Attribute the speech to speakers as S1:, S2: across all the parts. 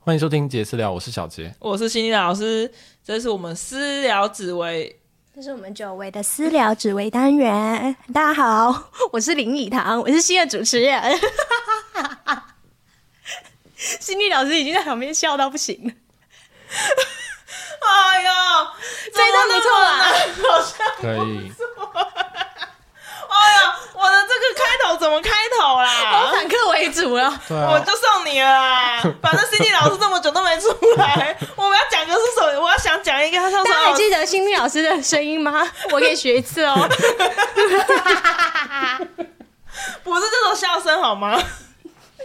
S1: 欢迎收听杰私聊，我是小杰。
S2: 我是心理老师，这是我们私聊紫薇。
S3: 这是我们久违的私聊指挥单元。大家好， 我是林以堂，我是新的主持人。 心理老师已经在旁边笑到不行了。
S2: 哎呦，
S3: 这一段
S2: 啊
S3: 不错啦
S2: 啦，好像。
S1: 可以，
S2: 哎呀，我的这个开头怎么开头 啦？
S3: 反客为主了，
S1: 对
S2: 我
S1: 啊，
S2: 就送你了啦。反正 Cindy 老师这么久都没出 来，我们要讲个是什么？我要想讲一个，他像
S3: 大家还
S2: 说
S3: 记得心理老师的声音吗？我可以学一次哦。
S2: 不哦是这种笑声好吗？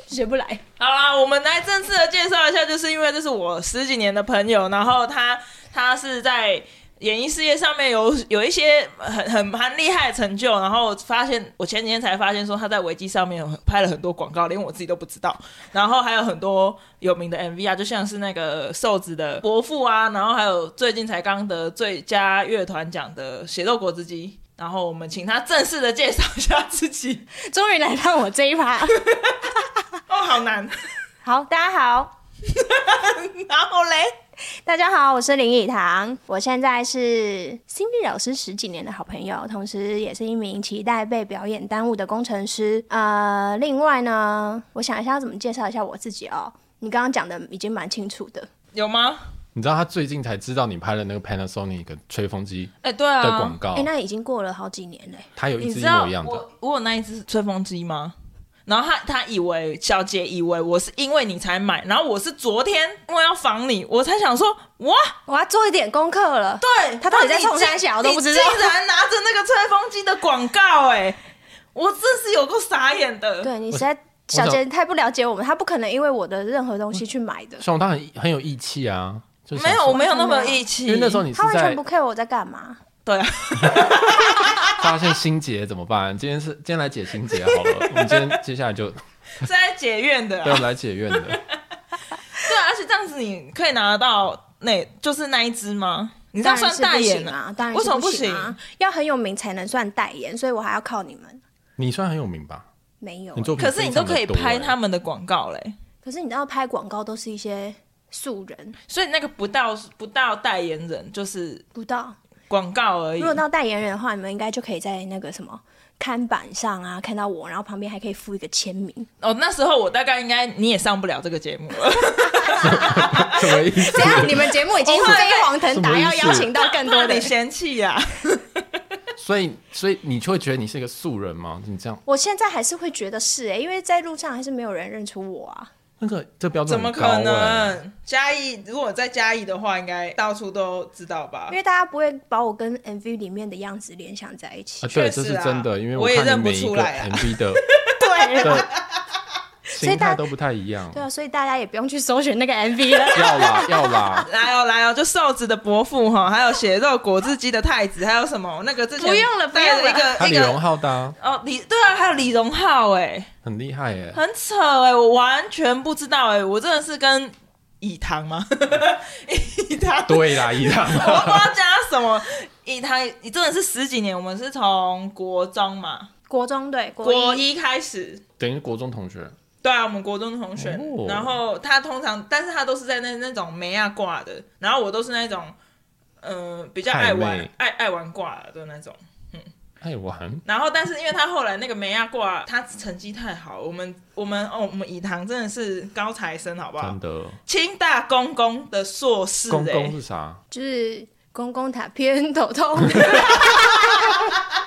S3: 学不来。
S2: 好啦，我们来正式的介绍一下，就是因为这是我十几年的朋友，然后他他是在演艺事业上面有有一些很很蛮厉害的成就，然后发现我前几天才发现说他在维基上面有拍了很多广告，连我自己都不知道，然后还有很多有名的 MV 啊，就像是那个瘦子的伯父啊，然后还有最近才刚得最佳乐团奖的血肉果汁机。然后我们请他正式的介绍一下自己。
S3: 终于来到我这一趴。
S2: 哦，好难。
S3: 好，大家好，
S2: 然后嘞，
S3: 大家好，我是林以堂，我现在是心理老师十几年的好朋友，同时也是一名期待被表演耽误的工程师。呃，另外呢，我想一下要怎么介绍一下我自己哦。你刚刚讲的已经蛮清楚的，
S2: 有吗？
S1: 你知道他最近才知道你拍了那个 Panasonic 吹风机
S2: 哎、对
S1: 的
S2: 啊
S1: 广，告
S3: 哎、，那已经过了好几年嘞。
S1: 他有一
S2: 你
S1: 只
S2: 知
S1: 一
S2: 道
S1: 模一样的，
S2: 我我有那一只吹风机吗？然后他他以为小姐以为我是因为你才买，然后我是昨天因为要防你，我才想说哇，
S3: 我要做一点功课了。
S2: 对
S3: 他到底在
S2: 哇你竟
S3: 冲三小我都不知道
S2: 你竟然拿着那个吹风机的广告、哎，我真是有够傻眼的。
S3: 对你实在小杰太不了解我们，他不可能因为我的任何东西去买的，
S1: 像他很很有义气啊，就是想
S2: 没有，
S1: 说
S2: 我没有那么义气，
S1: 因为那时候你是
S3: 他完全
S1: 在
S3: 不 care 我在干嘛。
S2: 对啊，
S1: 发现心结怎么办？今天是今天来解心结好 了，我们今天接下来就是
S2: 在解怨的、
S1: 对
S2: 啊，
S1: 来解怨的，
S2: 对啊，而且这样子你可以拿得到那就是那一只吗？你这样算代言啊？
S3: 啊？当然
S2: 为什
S3: 是
S2: 么
S3: 不
S2: 不
S3: 行啊？要很有名才能算代言，所以我还要靠你们。
S1: 你算很有名吧？
S3: 没有欸、
S1: 你作品
S2: 可是你都可
S1: 非
S2: 以
S1: 常地多
S2: 拍
S1: 欸
S2: 他们的广告嘞、
S3: 可是你知道拍广告都是一些素人，
S2: 所以那个不到不到代言人就是
S3: 不到。
S2: 广告而已
S3: 如。果到代言人的话，你们应该就可以在那个什么看板上啊看到我，然后旁边还可以附一个签名。
S2: 哦，那时候我大概应该你也上不了这个节目了，
S1: 什么意思
S3: 这？样你们节 目已经
S2: 我会被
S3: 飞黄腾达，
S1: 什么
S3: 要
S1: 意思
S3: 邀请到更多 的
S2: 你。嫌弃
S3: 啊
S2: 呀、
S1: 所以所以你就会觉得你是一个素人吗？你这样
S3: 我现在还是会觉得是哎、因为在路上还是没有人认出我啊。
S1: 那个这标准
S2: 怎
S1: 很
S2: 么
S1: 高
S2: 可
S1: 欸
S2: 能？嘉义如果在嘉义的话，应该到处都知道吧
S3: 因？为大家不会把我跟 MV 里面的样子联想在一起
S1: 啊，。对，
S2: 确
S1: 这
S2: 实
S1: 是
S2: 啊
S1: 真的，因为
S2: 我也
S1: 看
S2: 认
S1: 你
S2: 不
S1: 每一
S2: 出
S1: 个
S2: 来啊
S1: MV 的
S3: 对啊
S1: 的
S3: 以
S1: 心
S3: 大
S1: 态都不太一样。
S3: 对啊，所以大家也不用去搜寻那个 MV 了。
S1: 要啦要啦，
S2: 来哦来哦，就瘦子的伯父哈，还有血肉果汁机的太子，还有什么那个之前
S3: 不用了不用了
S2: 带一
S1: 他
S2: 个一
S1: 李荣
S2: 个
S1: 浩的啊
S2: 哦李对啊，还有李荣浩哎、
S1: 很厉害耶，
S2: 很扯哎、我完全不知道哎、我真的是跟以堂吗？ 以堂，
S1: 对啦，一样
S2: 我不知道讲他什么。以堂，你真的是十几年，我们是从国中嘛，
S3: 国中对国
S2: 国
S3: 一
S2: 一开始。
S1: 等于是国中同学，
S2: 对啊，我们国中同学，
S1: 哦
S2: 然后他通常，但是他都是在那那种梅亚挂的，然后我都是那种，嗯、比较爱
S1: 太
S2: 玩
S1: 妹
S2: 爱爱玩挂的那种。
S1: 爱玩
S2: 然后，但是因为他后来那个梅亚挂，他成绩太好，我们我们哦，我们以堂真的是高材生，好不好
S1: 真？的。
S2: 清大公公的硕士、欸，
S1: 公公是啥？
S3: 就是公公塔偏头痛，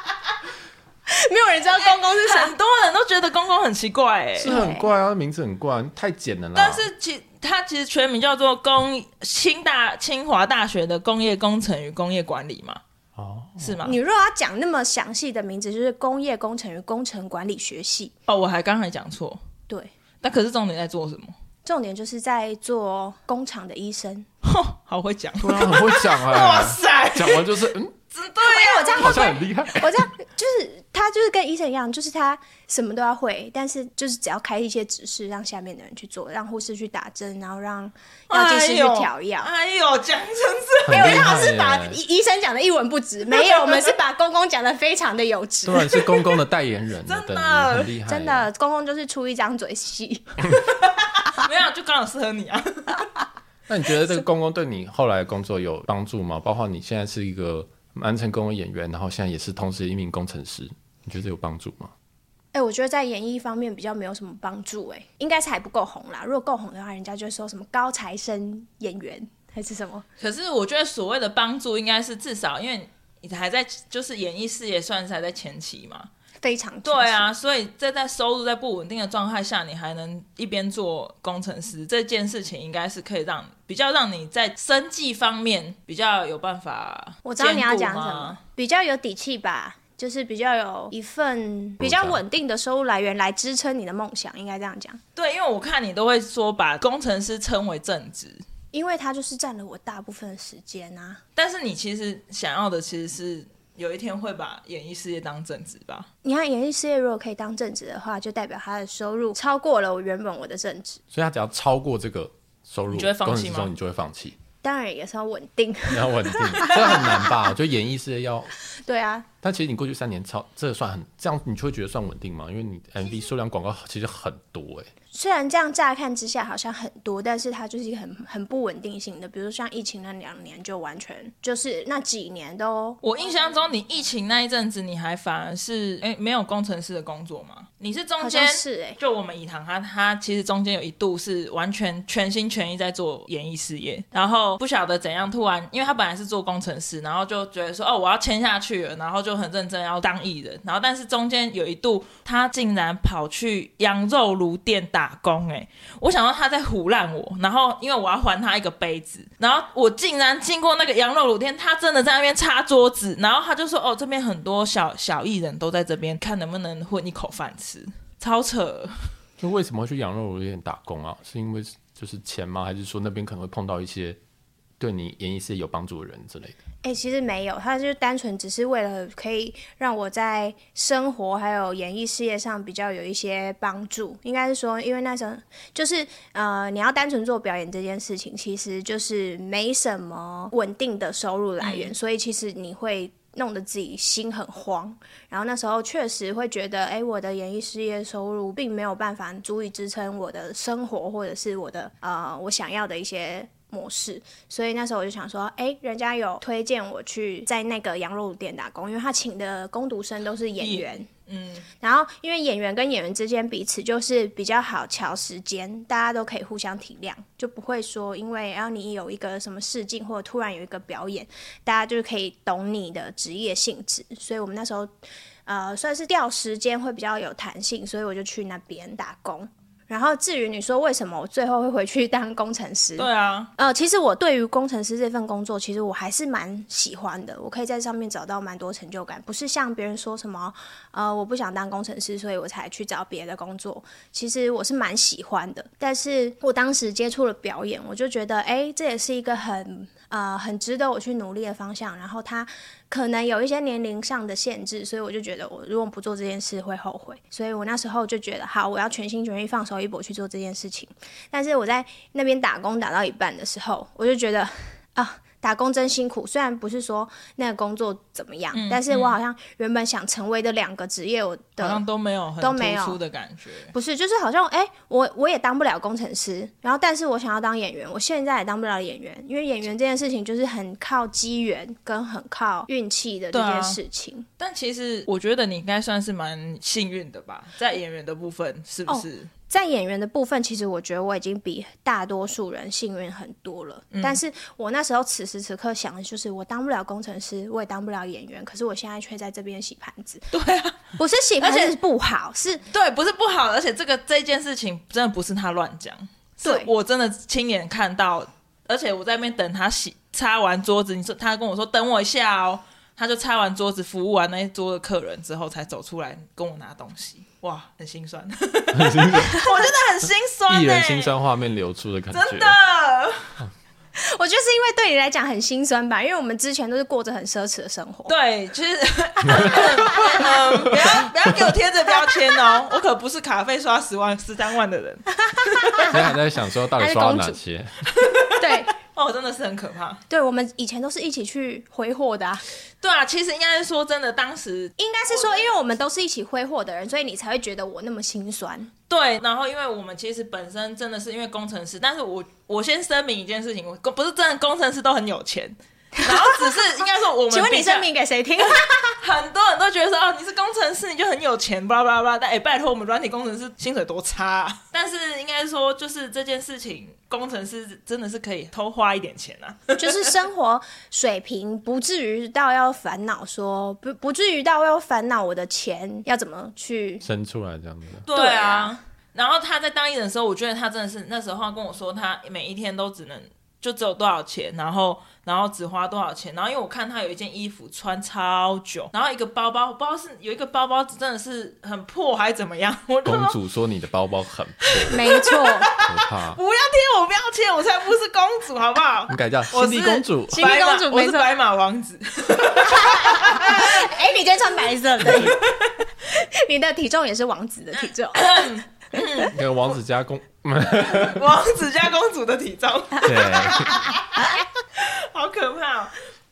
S3: 没有人知道公公是啥。
S2: 很多人都觉得公公很奇怪、欸，
S1: 是很怪啊，名字很怪，太简了啦。
S2: 但是其他其实全名叫做工清大清华大学的工业工程与工业管理嘛，
S1: 哦，
S2: 是吗
S3: 你？如果要讲那么详细的名字，就是工业工程与工程管理学系。
S2: 哦，我还刚才讲错，
S3: 对，
S2: 那可是重点在做什么？
S3: 重点就是在做工厂的医生。
S2: 哼，好会讲，
S1: 对啊，很会讲
S2: 哇
S1: 哎，
S2: 塞，
S1: 讲完就是嗯，
S2: 真对呀、
S3: 我这样
S1: 好
S3: 会
S1: 像很厉 害。
S3: 我这样就是他就是跟医生一样，就是他什么都要会，但是就是只要开一些指示让下面的人去做，让护士去打针，然后让药剂师去 调药。
S2: 哎呦，讲真是
S1: 很
S3: 哎、 我
S1: 厉
S3: 正好
S1: 害
S3: 是把
S1: 耶
S3: 医医生讲的一文不值，没有，我们是把公公讲的非常的有 值。
S1: 对，啊是公公的代言人，啊
S2: 真的哎
S1: 等于很厉害，
S3: 真。的，公公就是出一张嘴戏，
S2: 没有，样就刚好适合你啊。
S1: 那你觉得这个公公对你后来的工作有帮助吗？包括你现在是一个完成公公演员，然后现在也是同时一名工程师，你觉得有帮助吗？
S3: 哎、我觉得在演艺方面比较没有什么帮助、哎，应该是还不够红啦。如果够红的话，人家就会说什么高材生演员还是什么。
S2: 可是我觉得所谓的帮助，应该是至少因为你还在就是演艺事业算是还在前期嘛，
S3: 非常
S2: 对，啊，所以这在收入在不稳定的状态下，你还能一边做工程师这件事情，应该是可以让比较让你在生计方面比较有办法。
S3: 我知道你要讲什么，，比较有底气吧，就是比较有一份比较稳定的收入来源来支撑你的梦想，应该这样讲。
S2: 对，因为我看你都会说把工程师称为正职，
S3: 因为它就是占了我大部分的时间啊。
S2: 但是你其实想要的其实是有一天会把演艺事业当正职吧？
S3: 你看，演艺事业如果可以当正职的话，就代表他的收入超过了我原本我的正职，
S1: 所以他只要超过这个收入，
S2: 你就会放
S1: 工程
S2: 弃
S1: 师
S2: 吗
S1: 收入你就会放弃，
S3: 当然也是要稳定。
S1: 你要稳定，这很难吧？就演艺事业要，
S3: 对啊，
S1: 但其实你过去三年超，这算很这样，你就会觉得算稳定吗？因为你 MV 数量广告其实很多哎、
S3: 虽然这样乍看之下好像很多，但是它就是一个很很不稳定性的。比如像疫情那两年，就完全就是那几年都
S2: 我印象中，你疫情那一阵子，你还反而是诶、没有工程师的工作吗？你是中
S3: 好
S2: 间
S3: 像是哎、
S2: 就我们以堂他他其实中间有一度是完全全心全意在做演艺事业，然后不晓得怎样突然，因为他本来是做工程师，然后就觉得说哦我要签下去了，然后就很认真要当艺人，然后但是中间有一度他竟然跑去羊肉炉店打工、欸，我想到他在胡乱我，然后因为我要还他一个杯子，然后我竟然经过那个羊肉炉店，他真的在那边擦桌子，然后他就说哦这边很多小小艺人都在这边，看能不能混一口饭吃。超扯！
S1: 就为什么会去羊肉炉店打工啊？是因为就是钱吗？还是说那边可能会碰到一些对你演艺事业有帮助的人之类的？
S3: 哎、其实没有，他就是单纯只是为了可以让我在生活还有演艺事业上比较有一些帮助。应该是说，因为那时候就是呃，你要单纯做表演这件事情，其实就是没什么稳定的收入来
S2: 嗯
S3: 源，所以其实你会。弄得自己心很慌，然后那时候确实会觉得，哎、我的演艺事业收入并没有办法足以支撑我的生活，或者是我的呃我想要的一些模式，所以那时候我就想说，哎、人家有推荐我去在那个羊肉炉店打工，因为他请的工读生都是演员。
S2: 嗯，
S3: 然后，因为演员跟演员之间彼此就是比较好调时间，大家都可以互相体谅，就不会说因为然后你有一个什么试镜或者突然有一个表演，大家就是可以懂你的职业性质。所以我们那时候呃算是调时间会比较有弹性，所以我就去那边打工。然后至于你说为什么我最后会回去当工程师，
S2: 对啊，
S3: 呃，其实我对于工程师这份工作，其实我还是蛮喜欢的，我可以在上面找到蛮多成就感，不是像别人说什么，呃，我不想当工程师，所以我才去找别的工作。其实我是蛮喜欢的，但是我当时接触了表演，我就觉得，哎，这也是一个很呃很值得我去努力的方向。然后它可能有一些年龄上的限制，所以我就觉得我如果不做这件事会后悔，所以我那时候就觉得，好，我要全心全意放手一搏去做这件事情。但是我在那边打工打到一半的时候，我就觉得啊，打工真辛苦。虽然不是说那个工作怎么样，但是我好像原本想成为的两个职业，我
S2: 嗯好
S3: 的
S2: 像都没有很
S3: 都没有
S2: 突出的感觉。
S3: 不是，就是好像哎、我我也当不了工程师，然后但是我想要当演员，我现在也当不了演员，因为演员这件事情就是很靠机缘跟很靠运气的这
S2: 对啊
S3: 件事情。
S2: 但其实我觉得你应该算是蛮幸运的吧，在演员的部分是不是？
S3: 在演员的部分，其实我觉得我已经比大多数人幸运很多了。
S2: 嗯
S3: 但是我那时候此时此刻想的就是，我当不了工程师，我也当不了演员，可是我现在却在这边洗盘子，
S2: 对啊，
S3: 不是洗盘
S2: 而且
S3: 子不好，是
S2: 哦对，不是不好，而且这个这件事情真的不是他乱讲，是
S3: 对
S2: 我真的亲眼看到，而且我在那边等他洗擦完桌子，你说他跟我说等我一下哦，他就擦完桌子，服务完那一桌的客人之后才走出来跟我拿东西，哇，很心酸，我真 的很心酸、欸，
S1: 艺人心，酸画面流出的感觉，
S2: 真的。
S3: 我就是因为对你来讲很心酸吧，因为我们之前都是过着很奢侈的生活。
S2: 对，其实， 嗯，不要不要给我贴着标签哦，我可不是卡费刷十万、十三万的人
S1: 现在还在想说到底刷到哪些？
S3: 对
S2: 哦，真的是很可怕。
S3: 对，我们以前都是一起去挥霍的、啊，
S2: 对啊，其实应该是说真的，当时
S3: 应该是说，因为我们都是一起挥霍的人，所以你才会觉得我那么心酸。
S2: 对，然后因为我们其实本身真的是因为工程师，但是我我先声明一件事情，我不是真的工程师都很有钱，然后只是应该说我们比
S3: 请
S2: 较，
S3: 问你声明给谁听？
S2: 很多人都觉得说哦，你是工程师你就很有钱，巴拉巴拉巴拉。但哎、拜托，我们软体工程师薪水多差、啊。但是应该说，就是这件事情，工程师真的是可以偷花一点钱啊。
S3: 就是生活水平不至于到要烦恼说不不至于到要烦恼我的钱要怎么去。
S1: 生出来这 样子。
S2: 对啊
S3: 啊。
S2: 然后他在当艺人的时候，我觉得他真的是那时候他跟我说，他每一天都只能就只有多少钱，然后然后只花多少钱。然后因为我看他有一件衣服穿超久，然后一个包包，我不知道是有一个包包真的是很破还是怎么样，我就
S1: 公
S2: 说
S1: 主说你的包包很
S3: 没 错，
S1: 可怕，
S2: 不要贴我标签，我才不是公主好 不好
S1: 你？改 叫
S2: 我
S1: 心
S2: 是
S1: 地公主。
S3: 心地公主
S2: 白马我
S3: 没
S2: 是
S3: 错
S2: 白马王子，
S3: 哎、你今天穿白色的，你的体重也是王子的体重。
S1: 那个王子加 公，
S2: 王子加公主的体 重，
S1: 对，
S2: 好可怕、哦。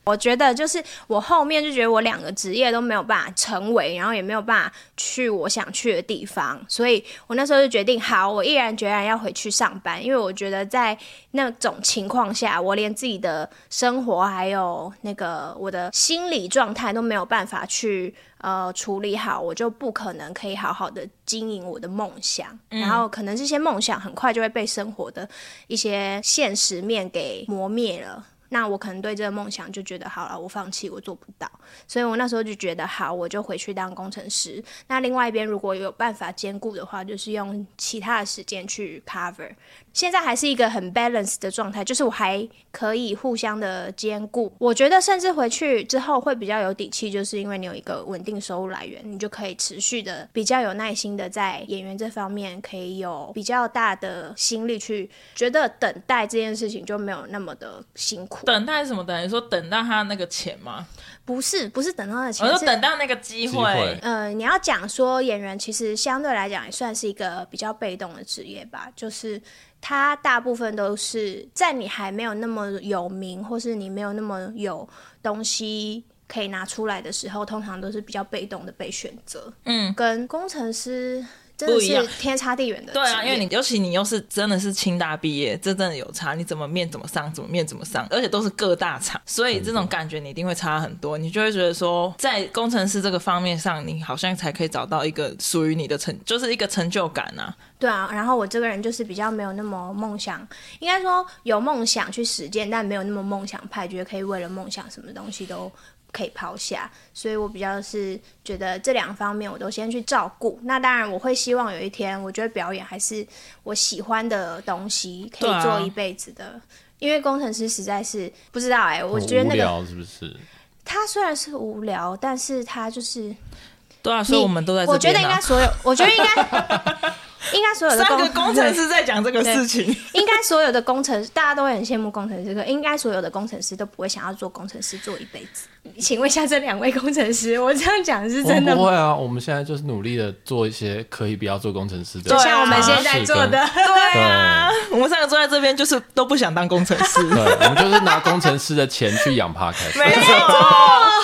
S3: 我觉得就是我后面就觉得我两个职业都没有办法成为，然后也没有办法去我想去的地方，所以我那时候就决定，好，我毅然决然要回去上班，因为我觉得在那种情况下，我连自己的生活还有那个我的心理状态都没有办法去呃处理好，我就不可能可以好好的经营我的梦想，然后可能这些梦想很快就会被生活的一些现实面给磨灭了。那我可能对这个梦想就觉得好了，我放弃，我做不到，所以我那时候就觉得好，我就回去当工程师。那另外一边如果有办法兼顾的话，就是用其他的时间去 cover。现在还是一个很 balance 的状态，就是我还可以互相的兼顾。我觉得甚至回去之后会比较有底气，就是因为你有一个稳定收入来源，你就可以持续的比较有耐心的在演员这方面可以有比较大的心力去，觉得等待这件事情就没有那么的辛苦。
S2: 等待什么等？你说等到他那个钱吗？
S3: 不是不是等到的
S2: 我
S3: 钱，
S2: 说
S3: 是
S2: 等到那个机
S1: 机会
S3: 呃，你要讲说演员其实相对来讲也算是一个比较被动的职业吧，就是他大部分都是在你还没有那么有名，或是你没有那么有呃东西可以拿出来的时候，通常都是比较被动的被选择。
S2: 嗯，
S3: 跟工程师真
S2: 不
S3: 的
S2: 一样
S3: 是天差地远的
S2: 对啊，
S3: 职
S2: 因为
S3: 业
S2: 你尤其你又是真的是清大毕业，这真的有差。你怎么面怎么上，怎么面怎么上，而且都是各大厂，所以这种感觉你一定会差很多。你就会觉得说，在工程师这个方面上，你好像才可以找到一个属于你的成，就是一个成就感啊。
S3: 对啊，然后我这个人就是比较没有那么梦想，应该说有梦想去实践，但没有那么梦想派，觉得可以为了梦想什么东西都可以抛下，所以我比较是觉得这两方面我都先去照顾。那当然，我会希望有一天，我觉得表演还是我喜欢的东西，可
S2: 对啊
S3: 以做一辈子的。因为工程师实在是不知道哎、我
S1: 很
S3: 觉得
S1: 无
S3: 那个
S1: 聊是不是？
S3: 他虽然是无聊，但是他就是
S2: 对啊，所以
S3: 你
S2: 我们都在这
S3: 我觉
S2: 边、
S3: 得
S2: 啊。
S3: 应该所有，我觉得应 该应该所有的
S2: 三个工程
S3: 对
S2: 师在讲这个
S3: 对
S2: 事情，
S3: 应该所有的工程师，大家都会很羡慕工程师，可应该所有的工程师都不会想要做工程师做一辈子。请问一下这两位工程师，我这样讲是
S1: 我们
S3: 真的
S1: 不
S3: 吗？
S1: 会啊，我们现在就是努力的做一些可以不啊要做工程师的
S2: 就
S1: 尝试
S3: 就
S1: 跟，
S3: 像我们现在做的，
S2: 对啊， 我们三个坐在这边就是都不想当工程 师，
S1: 对，我们就是拿工程师的钱去养 p o d
S2: 没错，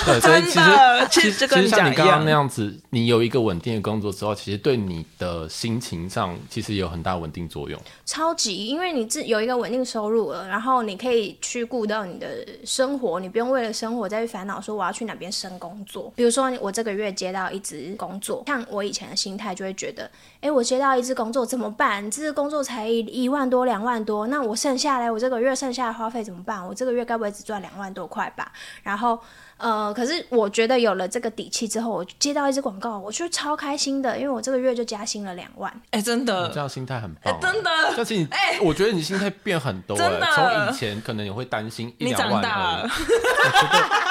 S1: 对，所以其实
S2: 真的
S1: 其
S2: 其
S1: 实
S2: 实
S1: 其
S2: 就跟
S1: 实
S2: 你
S1: 像
S2: 讲
S1: 你
S2: 一
S1: 刚刚
S2: 样
S1: 那样子，你有一个稳定的工作之后，其实对你的心情上其实有很大稳定作用。
S3: 超级，因为你自有一个稳定收入了，然后你可以去顾到你的生活，你不用为了生活再去烦恼说我要去哪边升工作。比如说我这个月接到一职工作，像我以前的心态就会觉得，哎，我接到一职工作怎么办？这个工作才一万多、两万多，那我剩下来我这个月剩下的花费怎么办？我这个月该不会只赚两万多块吧？然后呃，可是我觉得有了这个底气之后，我接到一支广告，我就超开心的，因为我这个月就加薪了两万。
S2: 哎，真
S1: 你这
S2: 的，
S1: 样心态很棒、欸
S2: 哎真的
S1: 但是你，
S2: 哎
S1: 我觉得你心态变很多、
S2: 真的
S1: 哎，从以前可能你会担心一
S2: 你
S1: 两
S2: 长
S1: 万
S2: 大
S1: 而
S2: 了
S1: 已。，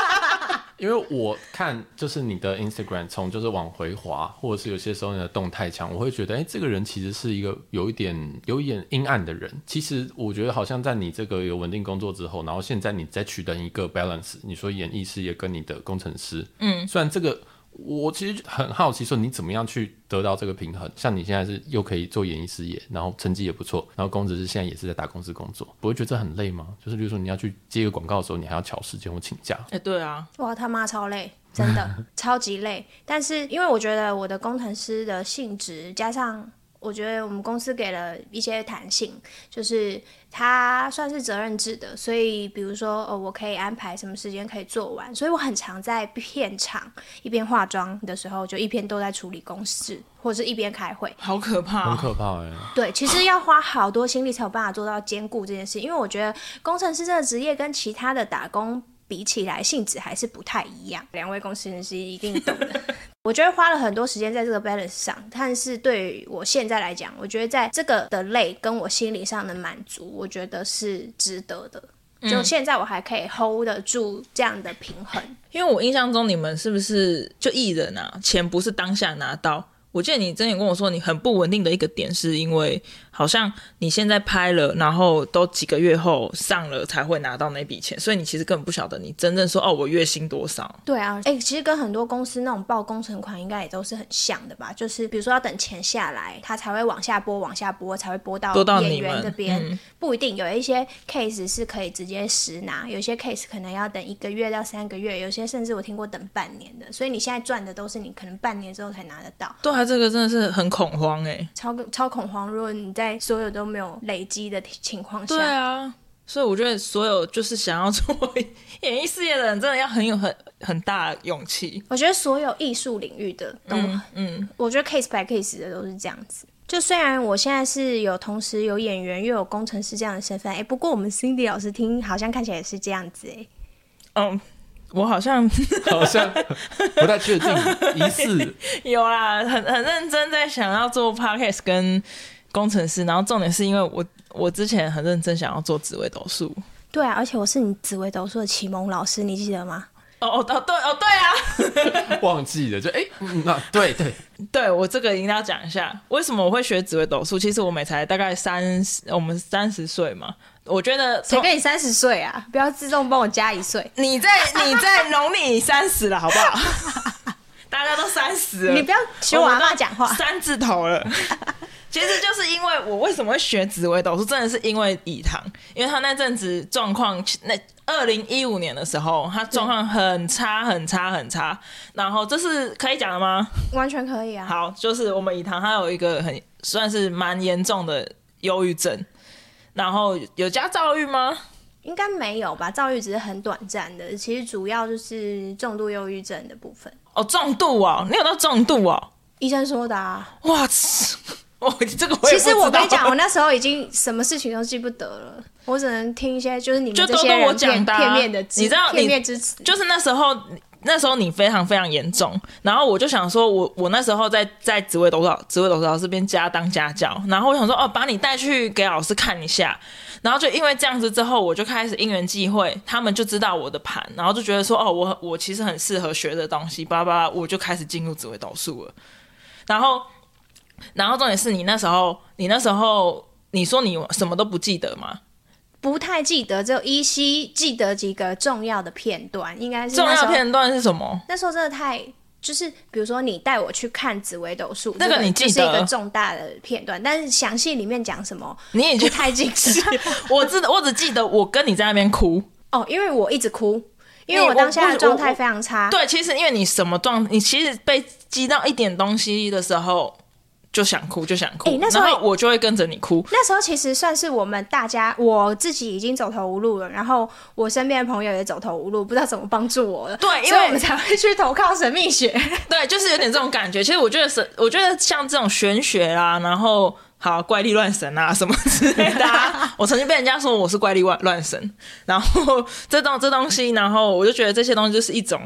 S1: 因为我看就是你的 Instagram 从就是往回滑，或者是有些时候你的动态墙，我会觉得，哎、这个人其实是一个有一点有一点阴暗的人。其实我觉得好像在你这个有稳定工作之后，然后现在你再取得一个 balance，你说演艺事业跟你的工程师，嗯，虽然这个我其实很好奇，说你怎么样去得到这个平衡？像你现在是又可以做演艺事业，然后成绩也不错，然后工程师现在也是在大公司工作，不会觉得这很累吗？就是比如说你要去接一个广告的时候，你还要调时间或请假。
S2: 哎，对啊，
S3: 哇，他妈超累，真的超级累。但是因为我觉得我的工程师的性质加上。我觉得我们公司给了一些弹性，就是它算是责任制的，所以比如说哦，我可以安排什么时间可以做完，所以我很常在片场一边化妆的时候，就一边都在处理公事，或者是一边开会。
S2: 好可怕、
S1: 很
S2: 哦。
S1: 可怕哎、
S3: 对，其实要花好多心力才有办法做到兼顾这件事，因为我觉得工程师这个职业跟其他的打工比起来，性质还是不太一样。 两位工程师一定懂的。 我觉得花了很多时间在这个 balance 上，但是对于我现在来讲，我觉得在这个的累跟我心理上的满足，我觉得是值得的。就现在我还可以 hold 得住这样的平衡，
S2: 因为我印象中你们是不是就艺人啊，钱不是当下拿到？我记得你之前跟我说你很不稳定的一个点，是因为好像你现在拍了，然后都几个月后上了才会拿到那笔钱，所以你其实根本不晓得你真正说哦，我月薪多少。
S3: 对啊，哎、其实跟很多公司那种报工程款应该也都是很像的吧？就是比如说要等钱下来，它才会往下拨，往下拨，才会拨到
S2: 拨到
S3: 演
S2: 你
S3: 员
S2: 们
S3: 这边。
S2: 嗯
S3: 不一定，有一些 case 是可以直接实拿，有些 case 可能要等一个月到三个月，有些甚至我听过等半年的。所以你现在赚的都是你可能半年之后才拿得到，
S2: 对啊，这个真的是很恐慌哎、
S3: 超超恐慌。如果你在所有都没有累积的情况
S2: 对
S3: 下，
S2: 啊，所以我觉得所有就是想要做演艺事业的人，真的要很有很很大的勇气。
S3: 我觉得所有艺术领域的都
S2: 嗯嗯，
S3: 我觉得 case by case 的都是这样子。就虽然我现在是有同时有演员又有工程师这样的身份，哎、不过我们 Cindy 老师听好像看起来也是这样子、哎，
S2: 嗯，我好像
S1: 好像不太确定，疑似
S2: 有啦，很很认真在想要做 podcast 跟工程师，然后重点是因为我我之前很认真想要做紫微斗数。
S3: 对啊，而且我是你紫薇斗数的启蒙老师，你记得吗？
S2: 哦哦哦，对哦对啊，
S1: 忘记了，就哎、嗯那对对，
S2: 对我这个一定要讲一下，为什么我会学紫微斗数？其实我们也才大概三十，我们三十岁嘛，我觉得
S3: 谁跟你三十岁啊？不要自动帮我加一岁，
S2: 你在你在农历三十了，好不好？ 大家都三十了，
S3: 你不要学我阿妈讲话。
S2: 三字头 了。其实就是因为我为什么会学紫微斗数，真的是因为以堂，因为他那阵子状况，那二零一五年的时候，他状况很差很差很差。然后这是可以讲的吗？
S3: 完全可以啊。
S2: 好，就是我们以堂他有一个很算是蛮严重的忧郁症，然后有加躁郁吗？
S3: 应该没有吧？躁郁只是很短暂的，其实主要就是重度忧郁症的部分。
S2: 哦，重度哦，你有到重度哦。
S3: 医生说的啊。
S2: 哇，吃我这个我也
S3: 其
S2: 不知
S3: 实
S2: 道
S3: 我跟你讲，我那时候已经什么事情都记不得了，我只能听一些就是你们
S2: 就
S3: 这
S2: 都
S3: 些
S2: 跟我
S3: 人片
S2: 讲的啊
S3: 片面的支，
S2: 你知道你
S3: 片面之词。
S2: 就是那时候，那时候你非常非常严重，然后我就想说我，我那时候在在紫薇斗数老紫薇斗数老师这边家当家教，然后我想说哦，把你带去给老师看一下，然后就因为这样子之后，我就开始因缘际会，他们就知道我的盘，然后就觉得说哦，我我其实很适合学的东西，巴拉巴拉，我就开始进入紫薇斗数了，然后。然后重点是你那时候，你那时候你说你什么都不记得嘛？
S3: 不太记得，只有依稀记得几个重要的片段，应该是
S2: 重
S3: 那时
S2: 要
S3: 候
S2: 片段是什么？
S3: 那时候真的太。就是比如说，你带我去看紫微斗数，
S2: 那个
S3: 这
S2: 你记得
S3: 就是一个重大的片段，但是详细里面讲什么
S2: 你已
S3: 不
S2: 经
S3: 太 记得
S2: 我只我只记得我跟你在那边哭。
S3: 哦，因为我一直哭，因为
S2: 你我
S3: 我当下
S2: 我
S3: 的状
S2: 我
S3: 态非常差。
S2: 对，其实因为你什么状，你其实被击到一点东西的时候就想哭，就想哭。
S3: 诶那时候
S2: 然后我就会跟着你哭。
S3: 那时候其实算是我们大家，我自己已经走投无路了，然后我身边的朋友也走投无路，不知道怎么帮助我了。
S2: 对因为
S3: 所以我们才会去投靠神秘学。
S2: 对，就是有点这种感觉。其实我觉得是，我觉得像这种玄学啊，然后好怪力乱神啊什么之类的、 啊，我曾经被人家说我是怪力乱乱神，然后这种这东西，然后我就觉得这些东西就是一种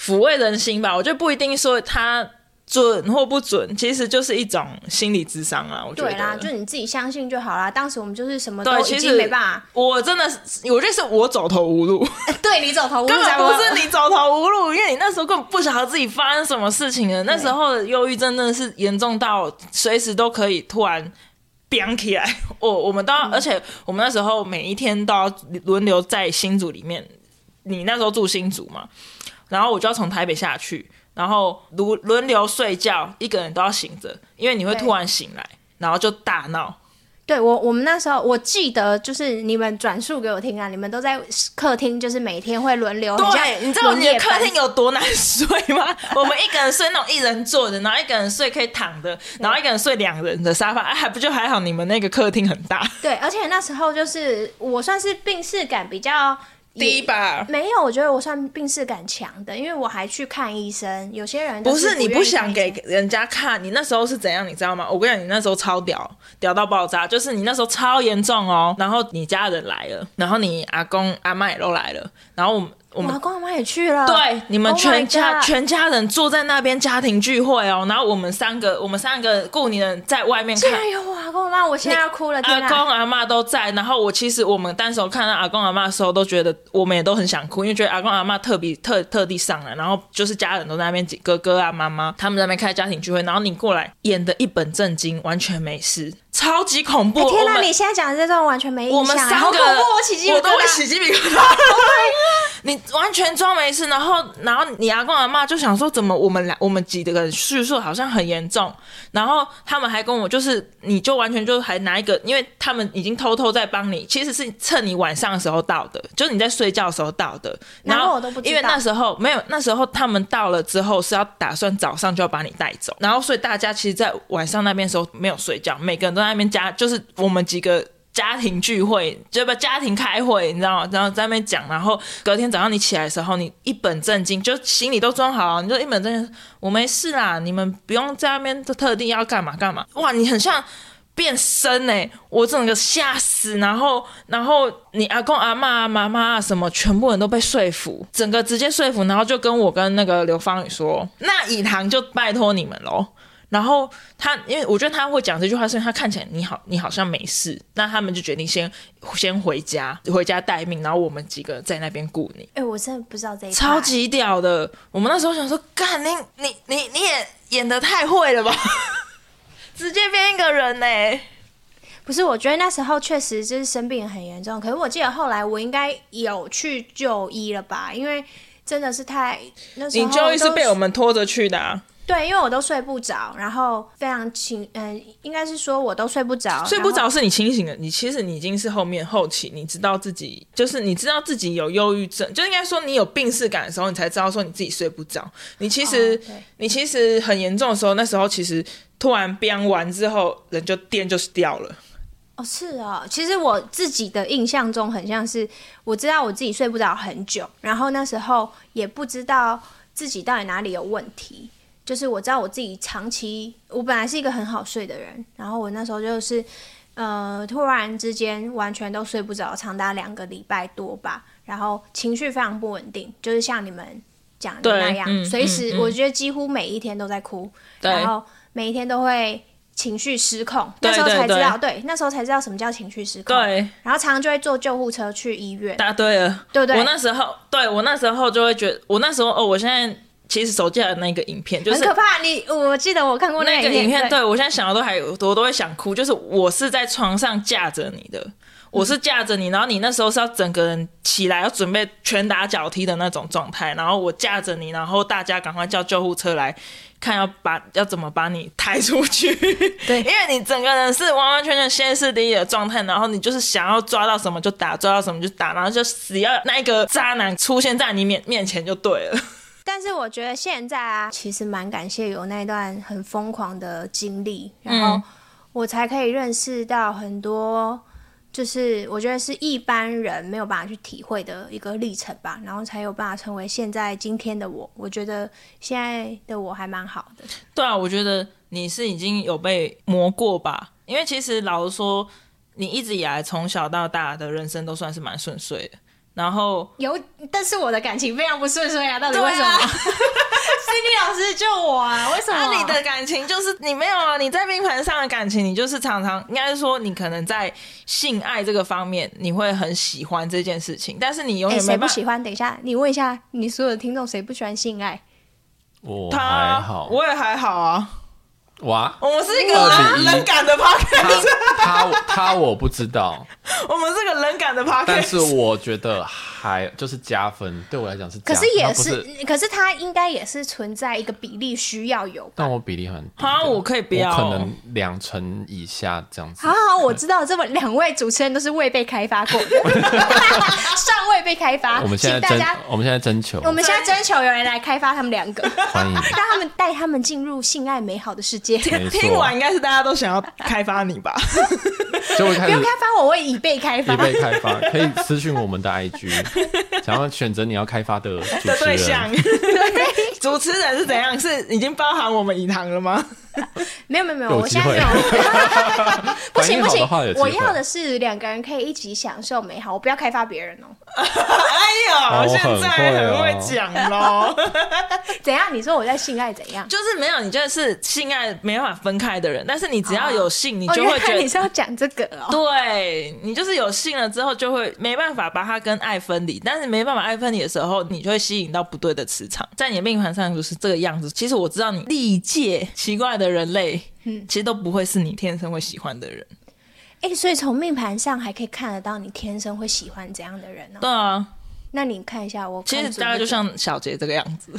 S2: 抚慰人心吧。我觉得不一定说它准或不准，其实就是一种心理智商啊。我觉得
S3: 对啦，就你自己相信就好啦。当时我们就是什么都
S2: 对，
S3: 已
S2: 其
S3: 经
S2: 实
S3: 没办法，
S2: 我真的是，我觉得是我走投无路，
S3: 对你走投无路
S2: 根
S3: 才
S2: 本
S3: 会
S2: 不是你走投无路，因为你那时候根本不晓得自己发生什么事情了。那时候的忧郁症真的是严重到随时都可以突然。 飙起来！我我们都要，
S3: 嗯
S2: 而且我们那时候每一天都要轮流在新组里面。你那时候住新组嘛，然后我就要从台北下去，然后轮轮流睡觉，一个人都要醒着，因为你会
S3: 对
S2: 突然醒来，然后就大闹。
S3: 对我，我们那时候我记得就是你们转述给我听啊，你们都在客厅，就是每天会轮流。很像
S2: 哦对，你知道我们
S3: 轮
S2: 的
S3: 夜
S2: 客
S3: 班
S2: 厅有多难睡吗？ 我们一个人睡那种一人坐的，然后一个人睡可以躺的，然后一个人睡两人的沙发，哎，还不就还好？你们那个客厅很大，
S3: 对，而且那时候就是我算是病视感比较
S2: 低
S3: 也
S2: 吧？
S3: 没有，我觉得我算病视感强的，因为我还去看医生。有些人就
S2: 不是你
S3: 不愿
S2: 不
S3: 意看
S2: 想
S3: 医
S2: 给
S3: 生
S2: 人家看，你那时候是怎样，你知道吗？我跟你讲，你那时候超屌，屌到爆炸，就是你那时候超严重哦。然后你家人来了，然后你阿公阿妈也都来了，然后我们我
S3: 我
S2: 们
S3: 阿公阿妈也去了，
S2: 对，你们
S3: Oh my
S2: 全家、
S3: God
S2: 全家人坐在那边家庭聚会哦，然后我们三个我们三个过年人在外面
S3: 竟
S2: 看。
S3: 然有我阿公阿妈，我现在要哭了，天
S2: 阿
S3: 哪！
S2: 公阿妈都在，然后我其实我们单手看到阿公阿妈的时候，都觉得我们也都很想哭，因为觉得阿公阿妈特别特特地上来，然后就是家人都在那边，哥哥啊妈妈他们在那边开家庭聚会，然后你过来演的一本正经，完全没事，超级恐怖。
S3: 哎天
S2: 我
S3: 哪！
S2: 们
S3: 你现在讲的这段完全没印象，
S2: 我们三
S3: 好
S2: 个
S3: 恐怖，我起鸡皮
S2: 我
S3: 疙
S2: 都会
S3: 瘩。
S2: 起鸡皮疙瘩。你完全装没事，然后，然后你阿公阿妈就想说，怎么我们俩我们几个叙述好像很严重，然后他们还跟我就是，你就完全就还拿一个，因为他们已经偷偷在帮你，其实是趁你晚上的时候到的，就是你在睡觉的时候到的，
S3: 然
S2: 然
S3: 后
S2: 后
S3: 我都不知道
S2: 因为那时候没有，那时候他们到了之后是要打算早上就要把你带走，然后所以大家其实，在晚上那边的时候没有睡觉，每个人都在那边家，就是我们几个。家庭聚会，就不家庭开会，你知道吗？然后在那边讲，然后隔天早上你起来的时候，你一本正经，就行李都装好，你就一本正经，我没事啦，你们不用在那边特地要干嘛干嘛。哇，你很像变身哎、我整个吓死，然后然后你阿公阿妈妈妈啊什么，全部人都被说服，整个直接说服，然后就跟我跟那个刘芳宇说，那以堂就拜托你们喽。然后他，因为我觉得他会讲这句话，是因为他看起来你好，你好像没事，那他们就决定先先回家，回家待命，然后我们几个在那边顾你。
S3: 哎、我真的不知道这一
S2: 超
S3: 趴
S2: 级屌的。我们那时候想说，干你你你你也演的太会了吧， 直接变一个人呢、
S3: 不是，我觉得那时候确实就是生病很严重，可是我记得后来我应该有去就医了吧，因为真的是太那时候
S2: 你就一是
S3: 都
S2: 被我们拖着去的、啊，
S3: 对，因为我都睡不着，然后非常清，嗯、应该是说我都睡不着，
S2: 睡不
S3: 然
S2: 着
S3: 后。
S2: 是你清醒的，你其实你已经是后面后期，你知道自己就是你知道自己有忧郁症，就应该说你有病视感的时候，你才知道说你自己睡不着。你其实、
S3: 哦对
S2: 你其实很严重的时候，那时候其实突然编完之后，人就电就是掉了。
S3: 哦，是哦，其实我自己的印象中很像是，我知道我自己睡不着很久，然后那时候也不知道自己到底哪里有问题。就是我知道我自己长期，我本来是一个很好睡的人，然后我那时候就是，呃，突然之间完全都睡不着，长达两个礼拜多吧，然后情绪非常不稳定，就是像你们讲的
S2: 对
S3: 那样，
S2: 嗯
S3: 随时、
S2: 嗯嗯
S3: 我觉得几乎每一天都在哭，
S2: 对
S3: 然后每一天都会情绪失控，
S2: 对
S3: 那时候才
S2: 对
S3: 知道，对，那时候才知道什么叫情绪失控。，
S2: 对，
S3: 然后常常就会坐救护车去医院，
S2: 答对了。
S3: 对不对？
S2: 我那时候，对我那时候就会觉得，我那时候哦，我现在其实手机还有那个影片，就
S3: 很
S2: 是
S3: 可怕。你我记得我看过
S2: 那
S3: 个
S2: 个影片，
S3: 对，
S2: 对我现在想到都还有，我都会想哭。就是我是在床上架着你的，我
S3: 嗯
S2: 是架着你，然后你那时候是要整个人起来，要准备拳打脚踢的那种状态，然后我架着你，然后大家赶快叫救护车来。看要把要怎么把你抬出去，
S3: 对
S2: 因为你整个人是完完全全歇斯底里的状态，然后你就是想要抓到什么就打，抓到什么就打，然后就只要那一个渣男出现在你面面前就对了。
S3: 但是我觉得现在啊，其实蛮感谢有那段很疯狂的经历，然后
S2: 嗯
S3: 我才可以认识到很多，就是我觉得是一般人没有办法去体会的一个历程吧，然后才有办法成为现在今天的我。我觉得现在的我还蛮好的，
S2: 对啊，我觉得你是已经有被磨过吧，因为其实老实说，你一直以来从小到大的人生都算是蛮顺遂的。然后
S3: 有，但是我的感情非常不顺遂啊，到底
S2: 对啊
S3: 为什么？ 心理老师救我啊！为什么？
S2: 那、你的感情就是你没有啊，你在冰盘上的感情，你就是常常应该是说你可能在性爱这个方面你会很喜欢这件事情，但是你永
S3: 哎，
S2: 远
S3: 谁
S2: 没
S3: 不
S2: 办法。
S3: 喜欢？等一下，你问一下你所有的听众，谁不喜欢性爱？
S1: 我
S2: 他
S1: 还
S2: 啊
S1: 好，
S2: 我也还好啊，
S1: 哇，
S2: 我们是一个
S1: 二比
S2: 冷
S1: 一
S2: 冷感的 p o c a
S1: 他
S2: s
S1: 他他我不知道，
S2: t 我们是个冷感的 p o c a
S1: 但
S2: s
S1: 是
S2: t
S1: 我觉得还就是加分，对我来讲是加
S3: 可
S1: 分。
S3: 是也
S1: 它不是，
S3: 可是它应该也是存在一个比例需要有吧。
S1: 但我比例很低的
S2: 啊我可以不要
S1: 我可能两成以下这样子。
S3: 好好，我知道这么两位主持人都是未被开发过的， 尚未被开发。
S1: 我们现在
S3: 请大
S1: 征
S3: 家，，
S1: 我们现在征求，
S3: 我们现在征求有人来开发他们两个，
S1: 欢迎。
S3: 让他们带他们进入性爱美好的 世界。
S1: 没错
S2: 听完应该是大家都想要开发你吧？
S1: 就会开始
S3: 不用开发我，我已被开发
S1: 必。备开发，可以私讯我们的 IG，想要选择你要开发的主
S2: 的
S1: 持
S2: 对
S1: 人。
S2: 象，主持人是怎样？是已经包含我们以堂了吗？
S3: 没有没有没有，
S1: 有
S3: 我
S1: 机
S3: 现在
S1: 会
S3: 没有。 不行
S1: 反应
S3: 不
S1: 好
S3: 行
S1: 的话有，机会
S3: 我要的是两个人可以一起享受美好，我不要开发别人哦。
S2: 哎
S1: 我
S2: 呦， 现
S1: 很
S2: 在
S1: 会
S2: 很
S1: 哦
S2: 会讲喽。
S3: 怎样？你说我在性爱怎样？
S2: 就是没有，你就是性爱没办法分开的人，但是你只要有性，你
S3: 哦，
S2: 就
S3: 原
S2: 会
S3: 来
S2: 觉
S3: 你
S2: 得。
S3: 是要讲这个 哦。
S2: 对你就是有性了之后，就会没办法把它跟爱分离，但是没办法爱分离的时候，你就会吸引到不对的磁场，在你的命盘上就是这个样子。其实我知道你历届奇怪的人类，其实都不会是你天生会喜欢的人。
S3: 哎、所以从命盘上还可以看得到你天生会喜欢怎样的人哦。
S2: 对啊，
S3: 那你看一下我，
S2: 其实大概就，像小杰这个样子。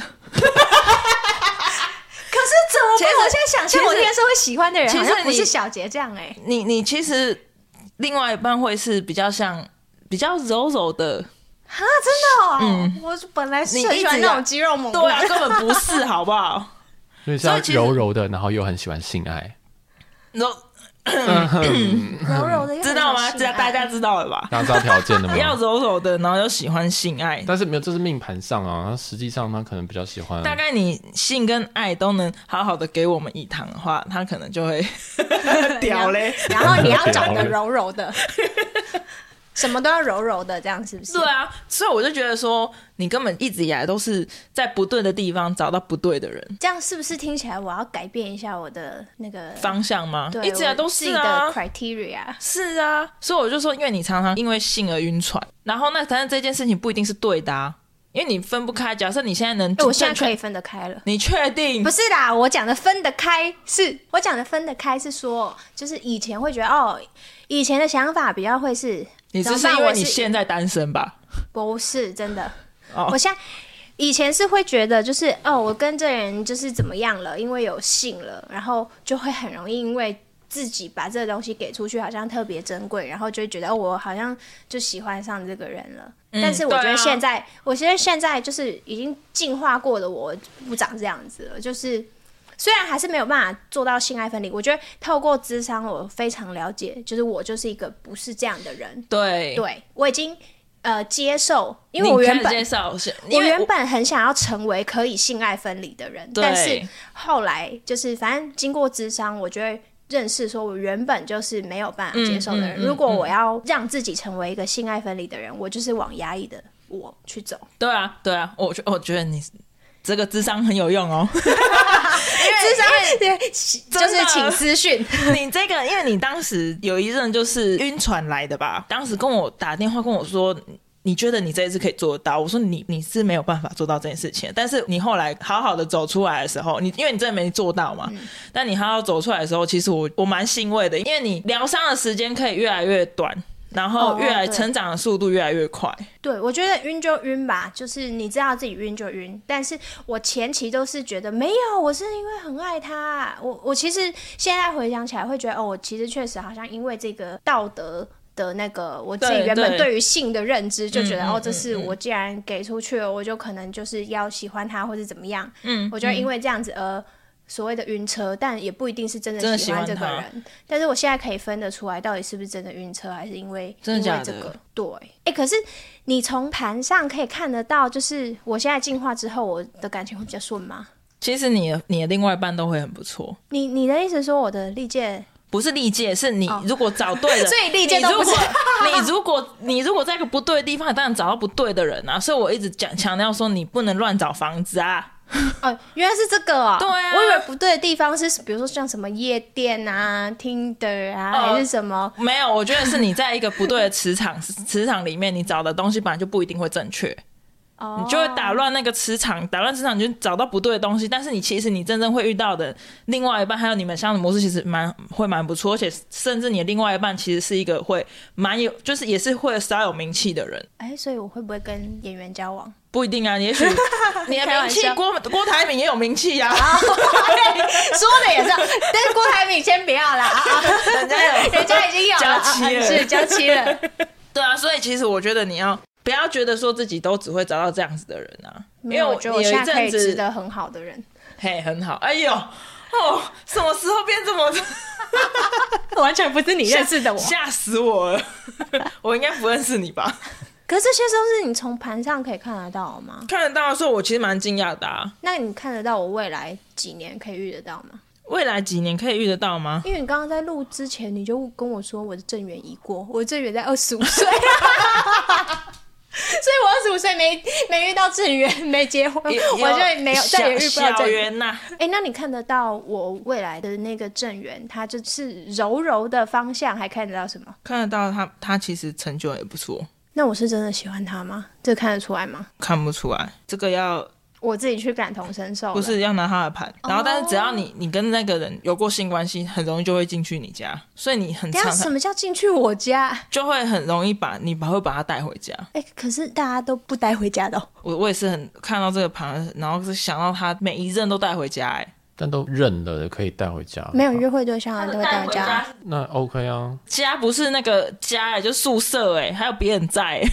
S3: 可是怎么
S2: 其实
S3: 办？我现在想象我
S2: 其实
S3: 天生会喜欢的人，
S2: 其
S3: 好
S2: 实
S3: 像不
S2: 你嗯
S3: 是小杰这样哎、
S2: 你你其实另外一半会是比较像比较柔柔的，
S3: 啊，真的哦，我本来是
S2: 嗯你
S3: 很
S2: 一
S3: 喜欢
S2: 直
S3: 那
S2: 要
S3: 种肌肉猛
S2: 对
S3: 男
S2: 啊，，根本不是，好不好？
S1: 所以是要
S2: 所以其实
S1: 柔柔的，然后又很喜欢性爱，
S2: 柔
S3: 柔柔的，又
S2: 知道吗？
S3: 很
S2: 知
S3: 喜
S2: 道
S3: 欢
S2: 大家知道了吧？
S1: 大家知道条件的
S2: 要
S1: 吗？
S2: 柔柔的，然后又喜欢性爱，
S1: 但是没有，这是命盘上啊，他实际上他可能比较喜欢。
S2: 大概你性跟爱都能好好的给我们一堂的话，他可能就会 屌 嘞。
S3: 然后你要长
S1: 屌
S3: 得
S1: 嘞
S3: 柔 柔的，什么都要柔柔的，这样是不是？
S2: 对啊，所以我就觉得说，你根本一直以来都是在不对的地方找到不对的人
S3: 这样是不是听起来我要改变一下我的那个？
S2: 方向吗？
S3: 对，
S2: 一直以来都
S3: 我自己
S2: 是
S3: 的
S2: 啊，
S3: criteria。
S2: 是啊，所以我就说，因为你常常因为性而晕船，然后那但是这件事情不一定是对的、啊，因为你分不开。假设你现在能，
S3: 哎我现在可
S2: 以，
S3: 以分得开了。
S2: 你确定
S3: 不？是啦，我讲的分得开是，我讲的分得开是说，就是以前会觉得哦，以前的想法比较会是，
S2: 你只
S3: 怎么
S2: 是
S3: 办
S2: 因
S3: 我
S2: 为你现在单身吧？
S3: 不是真的，
S2: 哦
S3: 我现在。以前是会觉得就是哦，我跟这人就是怎么样了，因为有性了，然后就会很容易因为自己把这个东西给出去，好像特别珍贵，然后就会觉得哦，我好像就喜欢上这个人了。但是我觉
S2: 对
S3: 得
S2: 啊
S3: 现在，我觉得现在就是已经进化过的我不长这样子了，就是虽然还是没有办法做到性爱分离，我觉得透过智商，我非常了解，就是我就是一个不是这样的人，
S2: 对，
S3: 对我已经呃接受，因为
S2: 你
S3: 我
S2: 可以
S3: 原本
S2: 介绍是，因
S3: 我
S2: 为
S3: 原本很想要成为可以性爱分离的人，
S2: 对
S3: 但是后来就是反正经过智商，我就会认识说，我原本就是没有办法接受的
S2: 嗯
S3: 人。
S2: 嗯嗯
S3: 如果我要让自己成为一个性爱分离的人，我就是往压抑的我 去走。
S2: 对啊，对啊，我觉我觉得你这个智商很有用哦。
S3: 智商对就
S2: 真
S3: 是
S2: 的
S3: 请私讯，
S2: 你这个，因为你当时有一任就是晕船来的吧？当时跟我打电话跟我说。你觉得你这一次可以做得到？我说你你是没有办法做到这件事情，但是你后来好好的走出来的时候，你因为你真的没做到
S3: 嗯
S2: 嘛，但你好好走出来的时候，其实我我蛮欣慰的，因为你疗伤的时间可以越来越短，然
S3: 哦
S2: 后越来
S3: 对
S2: 成长的速度越来越快。
S3: 对我觉得晕就晕吧，就是你知道自己晕就晕。但是我前期都是觉得没有，我是因为很爱他。我我其实现在回想起来会觉得，哦，我其实确实好像因为这个道德。的那个我自己
S2: 对
S3: 原本
S2: 对
S3: 对于性的认知，就觉得
S2: 嗯
S3: 哦，
S2: 嗯
S3: 这是我既然给出去了，我就可能就是要喜欢他或是怎么样。嗯，我就因为这样子而所谓的晕车，但也不一定是真
S2: 真
S3: 的
S2: 的
S3: 喜欢
S2: 喜
S3: 这
S2: 欢
S3: 个
S2: 他
S3: 人。但是我现在可以分得出来，到底是不是真的晕车，还是因为
S2: 真的
S3: 因为
S2: 假的
S3: 这个？对，哎、可是你从盘上可以看得到，就是我现在进化之后，我的感情会比较顺吗？
S2: 其实你的你的另外一半都会很不错，
S3: 你你的意思说我的历届，
S2: 不是历届，是你如果找对 了，
S3: 哦所以历届都不是
S2: 你如果你如果你如果在一个不对的地方，你当然找到不对的人啊。所以我一直讲强调说，你不能乱找房子啊。
S3: 哦，原来是这个哦。
S2: 对啊
S3: 我以为不对的地方是，比如说像什么夜店啊、Tinder 啊，
S2: 哦
S3: 还是什么。
S2: 没有， 我觉得是你在一个不对的磁场磁场里面，你找的东西本来就不一定会正确。
S3: 哦
S2: 你就会打乱那个磁场，打乱磁场你就找到不对的东西。但是你其实你真正会遇到的另外一半，还有你们相处模式，其实蛮会蛮不错，而且甚至你的另外一半其实是一个会蛮有，就是也是会稍有名气的人。
S3: 哎、所以我会不会跟演员交往？
S2: 不一定啊，也许你的
S3: 开
S2: 名
S3: 玩
S2: 气
S3: 笑
S2: 郭郭台铭也有名气呀、啊，
S3: 说的也是，但是郭台铭先不要啦，啊啊
S2: 人家有
S3: 人家已经有了，
S2: 交妻
S3: 啊啊
S2: 了
S3: 是交妻了。
S2: 对啊，所以其实我觉得你要不要觉得说自己都只会找到这样子的人啊，因
S3: 没
S2: 为
S3: 有，
S2: 我
S3: 我觉得我
S2: 有
S3: 现
S2: 一
S3: 在可
S2: 阵
S3: 以值
S2: 子
S3: 得很好的人，
S2: 嘿很好，哎呦哦，什么时候变这 么
S3: 完全不 是你认识的我。
S2: 吓死我了？ 我应该不认识你吧？
S3: 可是这些都是你从盘上可以看得到的吗？
S2: 看得到的时候，我其实蛮惊讶的、啊。
S3: 那你看得到我未来几年可以遇得到吗？
S2: 未来几年可以遇得到吗？
S3: 因为你刚刚在录之前，你就跟我说我的正缘已过，我的正缘在二十五岁，所以我二十五岁没没遇到正缘， 没结婚，
S2: 也
S3: 我就没有再也遇不
S2: 小
S3: 到
S2: 小
S3: 正缘。
S2: 圆呐、
S3: 哎、那你看得到我未来的那个正缘，它就是柔柔的方向，还看得到什么？
S2: 看得到他，他其实成就也不错，
S3: 那我是真的喜欢他吗？这看得出来吗？
S2: 看不出来。这个要
S3: 我自己去感同身受了。
S2: 不是要拿他的盘，然后
S3: 哦
S2: 但是只要你你跟那个人有过性关系，很容易就会进去你家，所以你很
S3: 等一
S2: 常
S3: 下什么叫进去我家？
S2: 就会很容易把你把会把他带回家。
S3: 哎、可是大家都不带回家的哦、
S2: 我我也是很看到这个盘，然后是想到他每一任都带回家、哎，
S1: 但都认了，可以带回家。
S3: 没有约会对象的都会带回家。
S1: 那 OK 啊，
S2: 家不是那个家、哎，就宿舍、哎，还有别人在、哎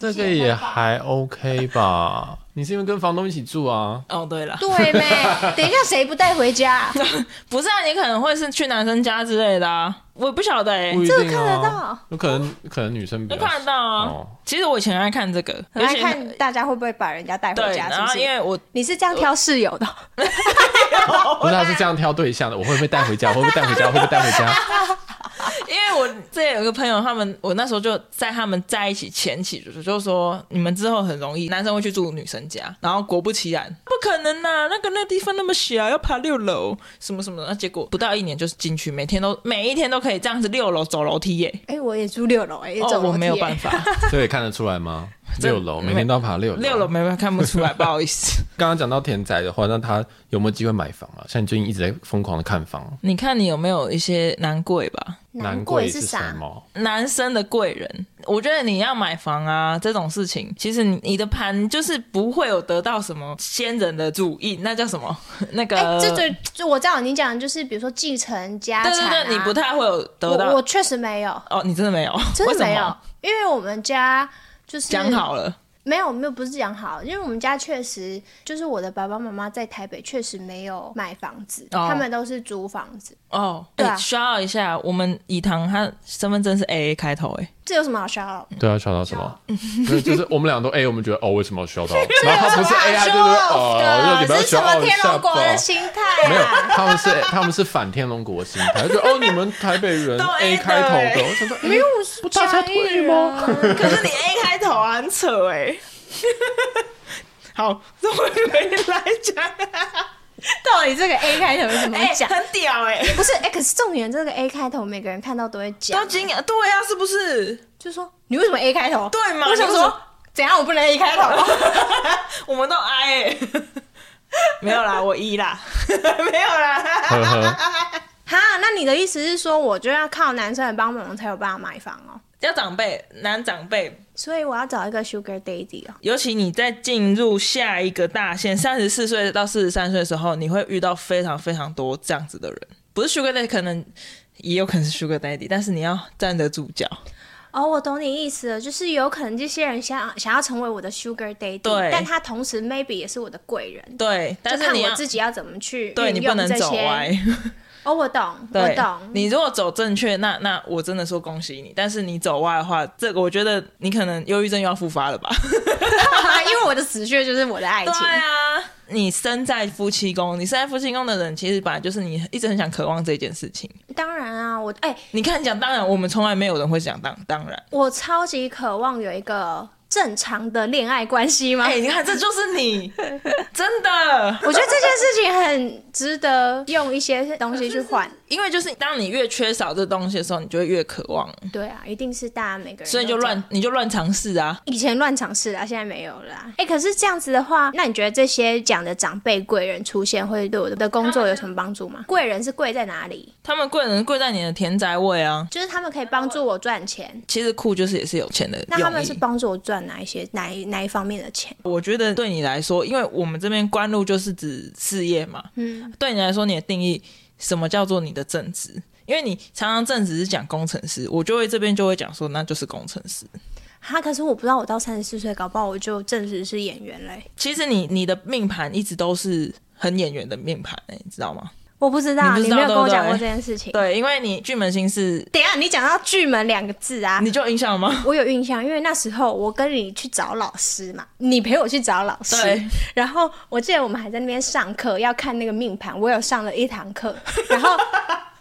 S1: 这个也还 OK 吧？你是因为跟房东一起住啊？
S2: 哦，对了，
S3: 对 呗，等一下谁不带回家？
S2: 不是啊，你可能会是去男生家之类的啊，我也不晓得哎、
S1: 不一定
S3: 这
S1: 啊
S3: 个看得到，
S1: 有可能可能女生比
S2: 没
S1: 较
S2: 看得到啊。
S1: 哦，
S2: 其实我以前爱看这个，
S3: 来
S2: 而且
S3: 看大家会不会把人家带回
S2: 对，
S3: 家，是
S2: 然
S3: 不
S2: 后因
S3: 是？
S2: 为我
S3: 你是这样挑室友的哦？
S1: 哦不是他是这样挑对象的，我会不会带回家？我会不会带回家？我会不会带回家？
S2: 因为我这里有个朋友，他们我那时候就在他们在一起前期，就是就说你们之后很容易男生会去住女生家，然后果不其然，不可能呐、那个那地方那么小，要爬六楼什么什么的，那结果不到一年就是进去，每天都每一天都可以这样子六楼走楼梯耶、
S3: 哎、我也住六楼，哎、也
S2: 哦
S3: 走，
S2: 我没有
S3: 楼梯耶
S2: 办法，
S1: 这也看得出来吗？
S2: 这
S1: 六楼每天都要爬六楼。
S2: 六楼没办法看不出来，不好意思。
S1: 刚刚讲到田宅的话，那他有没有机会买房啊？像你最近一直在疯狂的看房，啊
S2: 你看你有没有一些难贵吧？
S3: 男
S1: 贵
S3: 贵是啥
S1: 什？么？
S2: 男生的贵人，我觉得你要买房啊这种事情，其实你你的盘就是不会有得到什么先人的主意，那叫什么？ 那个、
S3: 哎、这最这我知道你讲的就是，比如说继承家
S2: 对
S3: 产、
S2: 对
S3: 啊，
S2: 对，你不太会有得
S3: 我我
S2: 到
S3: 确实没有，
S2: 哦，你真的没有，
S3: 真
S2: 为
S3: 的
S2: 什
S3: 没有
S2: 么，
S3: 因为我们家就是
S2: 讲好了，
S3: 没有没有不是讲好，因为我们家确实就是我的爸爸妈妈在台北确实没有买房子，
S2: 哦
S3: 他们都是租房子，
S2: 哦，
S3: 对啊
S2: 哎需要一下，我们以堂他身份证是 A A 开头、哎，
S3: 这有什么好笑的？
S1: 对啊，笑到什么？ 就是就是我们俩都 A，我们觉得哦，为什么要笑到？然 后他不是 A 啊，就是 哦，
S3: 这
S1: 你不要
S3: 啊是什
S1: 笑
S3: 么
S1: 哦，
S3: 天龙国的
S1: 笑
S3: 心态
S1: 没有
S3: 啊？，
S1: 他们是他们是反天龙国心态，就觉得哦，你们台北人
S2: 都 A
S1: A 开头
S2: 的
S1: 的，我想说哎没有
S3: 不大家对吗？
S2: 可是你 A 开头啊，很扯哎、 好，终于回来讲，
S3: 到底这个 A 开头是怎么
S2: 哎、
S3: 讲？
S2: 很屌哎、
S3: 哎不是，哎，可是重点这个 A 开头，每个人看到都会
S2: 都
S3: 讲，
S2: 惊讶，对啊，是不是？
S3: 就说你为什么 A 开头？
S2: 对嘛
S3: 我想
S2: 你为什
S3: 说
S2: 么，
S3: 怎样我不能 A 开头？
S2: 我们都 I，、欸、没有啦，我一啦，没有啦，
S1: 呵呵，
S3: 哈，那你的意思是说，我就要靠男生的帮忙才有办法买房哦？
S2: 要长辈，男长辈，
S3: 所以我要找一个 Sugar Daddy 哦。
S2: 尤其你在进入下一个大限，三十四岁到四十三岁的时候，你会遇到非常非常多这样子的人，不是 Sugar Daddy，可能也有可能是 Sugar Daddy，但是你要站得住脚，
S3: 哦，我懂你意思了，就是有可能这些人想想要成为我的 Sugar Daddy，
S2: 对
S3: 但他同时 maybe 也是我的贵人。
S2: 对，但
S3: 就是看
S2: 你
S3: 我
S2: 要。
S3: 自己要怎么去
S2: 对你
S3: 运
S2: 不
S3: 用
S2: 能
S3: 这
S2: 走歪
S3: 些。，哦，我懂，我
S2: 对
S3: 懂。，
S2: 你如果走正确，那那我真的说恭喜你。但是你走歪的话，这个我觉得你可能忧郁症又要复发了吧？
S3: 因为我的死穴就是我的爱情。
S2: 对啊，你身在夫妻宫，你身在夫妻宫的人，其实本来就是你一直很想渴望这件事情。
S3: 当然啊，我哎、
S2: 你看讲当然，我们从来没有人会讲当当然。
S3: 我超级渴望有一个正常的恋爱关系吗？
S2: 哎、你看这就是你， 真的。
S3: 我觉得这件事情很值得用一些东西去换。
S2: 因为就是当你越缺少这东西的时候，你就会越渴望，
S3: 对啊，一定是大家每个人都这样，
S2: 所以你就乱你就乱尝试啊。
S3: 以前乱尝试啦，现在没有啦。哎、可是这样子的话，那你觉得这些讲的长辈贵人出现，会对我的工作有什么帮助吗？贵人是贵在哪里？
S2: 他们贵人贵在你的田宅位啊，
S3: 就是他们可以帮助我赚钱。
S2: 其实酷就是也是有钱的
S3: 那他们
S2: 用意
S3: 是帮助我赚哪一些哪一哪一方面的钱？
S2: 我觉得对你来说，因为我们这边官路就是指事业嘛，
S3: 嗯，
S2: 对你来说，你的定义什么叫做你的正职？因为你常常正职是讲工程师，我就会这边就会讲说那就是工程师。
S3: 哈，可是我不知道，我到三十四岁，搞不好我就正式是演员嘞。
S2: 其实你你的命盘一直都是很演员的命盘、欸，你知道吗？
S3: 我不知道，
S2: 你
S3: 你
S2: 不知道
S3: 没有跟我讲
S2: 对
S3: 过这
S2: 不对
S3: 件事情。
S2: 对，因为你巨门星是，
S3: 等一下你讲到“巨门”两个字啊，
S2: 你就影响吗？
S3: 我有印象，因为那时候我跟你去找老师嘛，你陪我去找老师
S2: 对，
S3: 然后我记得我们还在那边上课，要看那个命盘，我有上了一 堂课，然后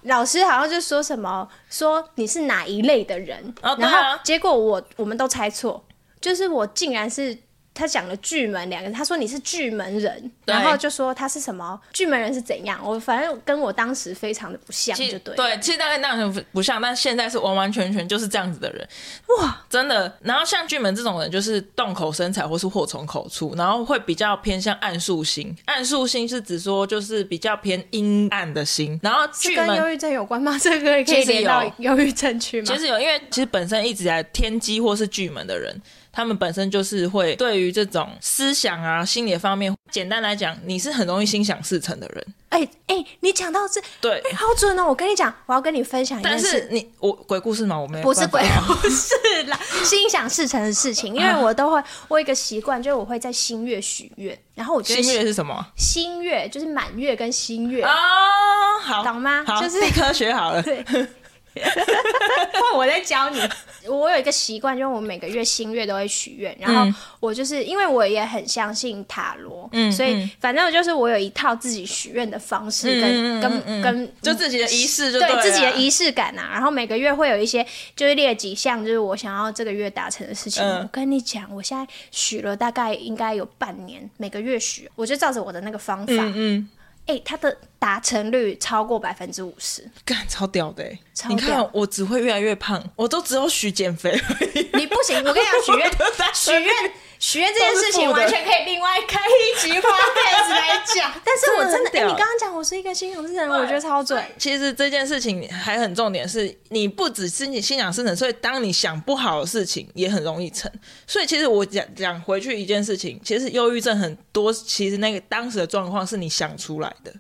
S3: 老师好像就说什么说你是哪一类的人，
S2: 哦对
S3: 然
S2: 啊
S3: 后结果我我们都猜错，就是我竟然是。他讲了“巨门”两个字，他说你是巨门人，
S2: 对
S3: 然后就说他是什么巨门人是怎样，我反正跟我当时非常的不像，
S2: 其
S3: 就
S2: 实
S3: 对了。
S2: 对，其实大概那样不像，但现在是完完全全就是这样子的人，
S3: 哇，
S2: 真的。然后像巨门这种人，就是动口生财或是祸从口出，然后会比较偏向暗数星。暗数星是指说就是比较偏阴暗的星，然后
S3: 是
S2: 巨
S3: 跟忧
S2: 门。
S3: 郁症有关吗？这个也可以
S2: 其实
S3: 连
S2: 有
S3: 到忧郁症去吗？
S2: 其实有，因为其实本身一直以来天机或是巨门的人，他们本身就是会对于这种思想啊、心理方面，简单来讲，你是很容易心想事成的人。
S3: 哎哎、你讲到这，
S2: 对，
S3: 哎、好准哦！我跟你讲，我要跟你分享一件
S2: 但
S3: 事，
S2: 是你我鬼故事嘛，我没有
S3: 不是
S2: 办法
S3: 鬼故事啦，心想事成的事情。因为我都会，我有一个习惯，就是我会在新月许愿，然后 我觉得
S2: 新月是什么啊？
S3: 新月就是满月跟新月，
S2: 哦，好，
S3: 懂吗
S2: 好，
S3: 就是
S2: 地科学 好了。
S3: 对。换我在教你。我有一个习惯，就是我每个月新月都会许愿，然后
S2: 嗯
S3: 我就是因为我也很相信塔罗，
S2: 嗯
S3: 所以
S2: 嗯
S3: 反正就是我有一套自己许愿的方式跟、
S2: 嗯嗯嗯
S3: 跟、
S2: 嗯
S3: 跟
S2: 就自己的仪式就
S3: 对
S2: 了
S3: 自己的仪式感呐、啊，然后每个月会有一些就是列几项，就是我想要这个月达成的事情。
S2: 嗯
S3: 我跟你讲，我现在许了大概应该有半年，每个月许，我就照着我的那个方法，哎、
S2: 嗯嗯，
S3: 它的达成率超过百分之五十。
S2: 干超屌的欸
S3: 超！
S2: 你
S3: 屌
S2: 看我只会越来越胖，我都只有许减肥而已。
S3: 你不 行，我跟你讲，许愿许愿许愿这件事情
S2: 都是负的
S3: 完全可以另外开一 集 podcast 来讲。但是我真的，
S2: 真的很
S3: 哎、
S2: 屌
S3: 你刚刚讲我是一个心想事成，我觉得超准。
S2: 其实这件事情还很重点是，你不只是你心想事成，所以当你想不好的事情也很容易成。所以其实我讲讲回去一件事情，其实忧郁症很多，其实那个当时的状况是你想出来的。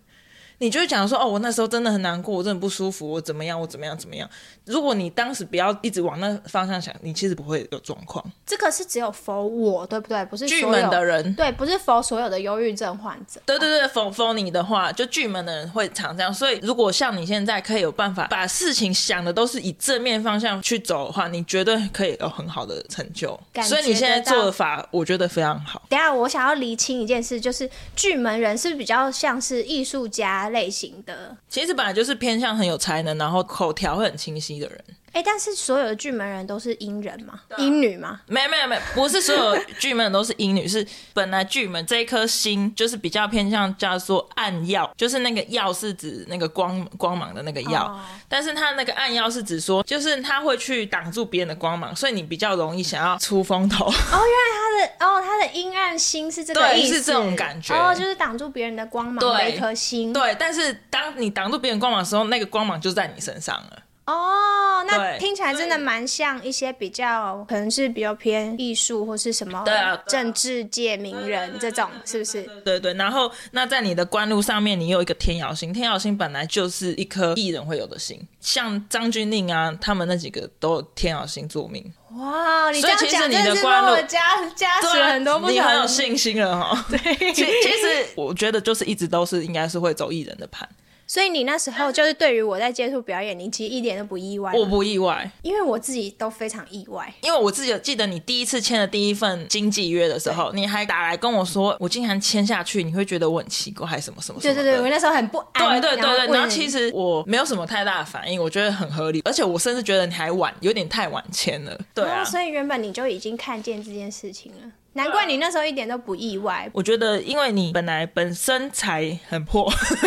S2: 你就会讲说，哦，我那时候真的很难过，我真的不舒服，我怎么样，我怎么样，怎么样。如果你当时不要一直往那方向想，你其实不会有状况。
S3: 这个是只有否我，对不对？不是
S2: 巨
S3: 所有
S2: 门的人
S3: 对，不是否所有的忧郁症患者。
S2: 对对对，否否你的话，就巨门的人会常这样。所以，如果像你现在可以有办法把事情想的都是以正面方向去走的话，你绝对可以有很好的成就
S3: 感。觉
S2: 所以你现在
S3: 得到
S2: 做的法，我觉得非常好。
S3: 等一下，我想要厘清一件事，就是巨门人是比较像是艺术家类型的，
S2: 其实本来就是偏向很有才能，然后口条会很清晰的人。
S3: 哎，但是所有的巨门人都是阴人嘛，阴女嘛，
S2: 没有没有没有，不是所有巨门都是阴女，是本来巨门这一颗星就是比较偏向叫做暗曜，就是那个曜是指那个光光芒的那个曜，
S3: 哦
S2: 但是它那个暗曜是指说，就是它会去挡住别人的光芒，所以你比较容易想要出风 头。
S3: 哦，原来他的哦，他的阴暗星是这个
S2: 对
S3: 意思，
S2: 是这种感觉
S3: 哦，就是挡住别人的光芒
S2: 对
S3: 的一颗星。
S2: 对，但是当你挡住别人光芒的时候，那个光芒就在你身上了。
S3: 哦，那
S2: 对
S3: 听起来真的蛮像一些比较，可能是比较偏艺术或是什么
S2: 对啊对啊
S3: 政治界名人这种，是不是？
S2: 对对，然后那在你的官路上面，你有一个天姚星，天姚星本来就是一颗艺人会有的星，像张钧甯啊，他们那几个都有天姚星作命。
S3: 哇，你这样
S2: 所以其实
S3: 讲
S2: 你
S3: 真
S2: 的
S3: 的是
S2: 观
S3: 帮
S2: 路
S3: 我加加持了很多不
S2: 你很
S3: 同
S2: 有。信心了 哈。对，其其实我觉得就是一直都是应该是会走艺人的盘，
S3: 所以你那时候就是对于我在接触表演，你其实一点都不意外吗，
S2: 我不意外，
S3: 因为我自己都非常意外。
S2: 因为我自己有记得你第一次签的第一份经纪约的时候，你还打来跟我说，我竟然签下去，你会觉得我很奇怪，还是什么什么什
S3: 对
S2: 么
S3: 对
S2: 的。
S3: 对，我那时候很不安。
S2: 对对对对，
S3: 问
S2: 然后其实我没有什么太大的反应，我觉得很合理，而且我甚至觉得你还晚，有点太晚签了。对啊
S3: 哦，，所以原本你就已经看见这件事情了，难怪你那时候一点都不意外。
S2: 我觉得因为你本来本身才很破，
S3: 所以，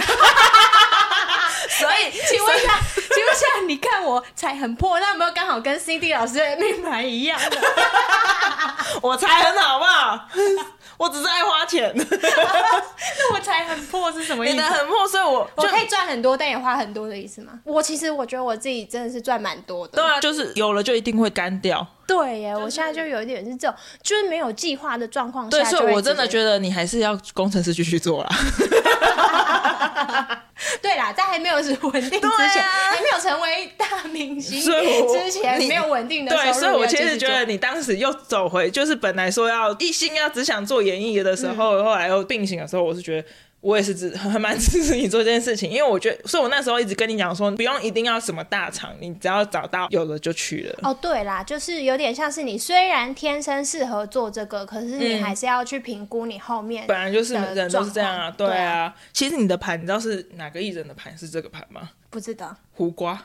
S3: 哎请问一下，请问一下，你看我踩很破，那有没有刚好跟 Cindy 老师的命盘一样的？
S2: 我才很好不 好？我只是爱花钱，
S3: 那 我踩很破是什么意
S2: 你的
S3: 思？
S2: 很破，所以我
S3: 我
S2: 就
S3: 可以赚很多，但也花很多的意思吗？我其实我觉得我自己真的是赚蛮多的。
S2: 对啊，就是有了就一定会干掉。
S3: 对耶，我现在就有一点是这种，就是没有计划的状况下，
S2: 对，所以我真的
S3: 得，
S2: 觉得你还是要工程师继续 做啦。
S3: 对啦，在还没有稳定
S2: 对
S3: 之前，
S2: 啊
S3: 还没有成为大明星
S2: 所以我
S3: 之前，
S2: 你
S3: 没有稳定啊的收
S2: 对，
S3: 入，
S2: 所以我
S3: 要继
S2: 其实
S3: 续
S2: 觉
S3: 做
S2: 得你当时又走回，就是本来说要一心要只想做演艺的时候，
S3: 嗯
S2: 后来又并行的时候，我是觉得。我也是支还蛮支持你做这件事情，因为我觉得，所以我那时候一直跟你讲说，不用一定要什么大厂，你只要找到有了就去了。
S3: 哦，对啦，就是有点像是你虽然天生适合做这个，可是你
S2: 嗯
S3: 还是要去评估你后面
S2: 本来就是
S3: 的
S2: 人都是这样啊，
S3: 状况对啊，
S2: 啊。其实你的盘，你知道是哪个艺人的盘是这个盘吗？
S3: 不知道，
S2: 胡瓜。后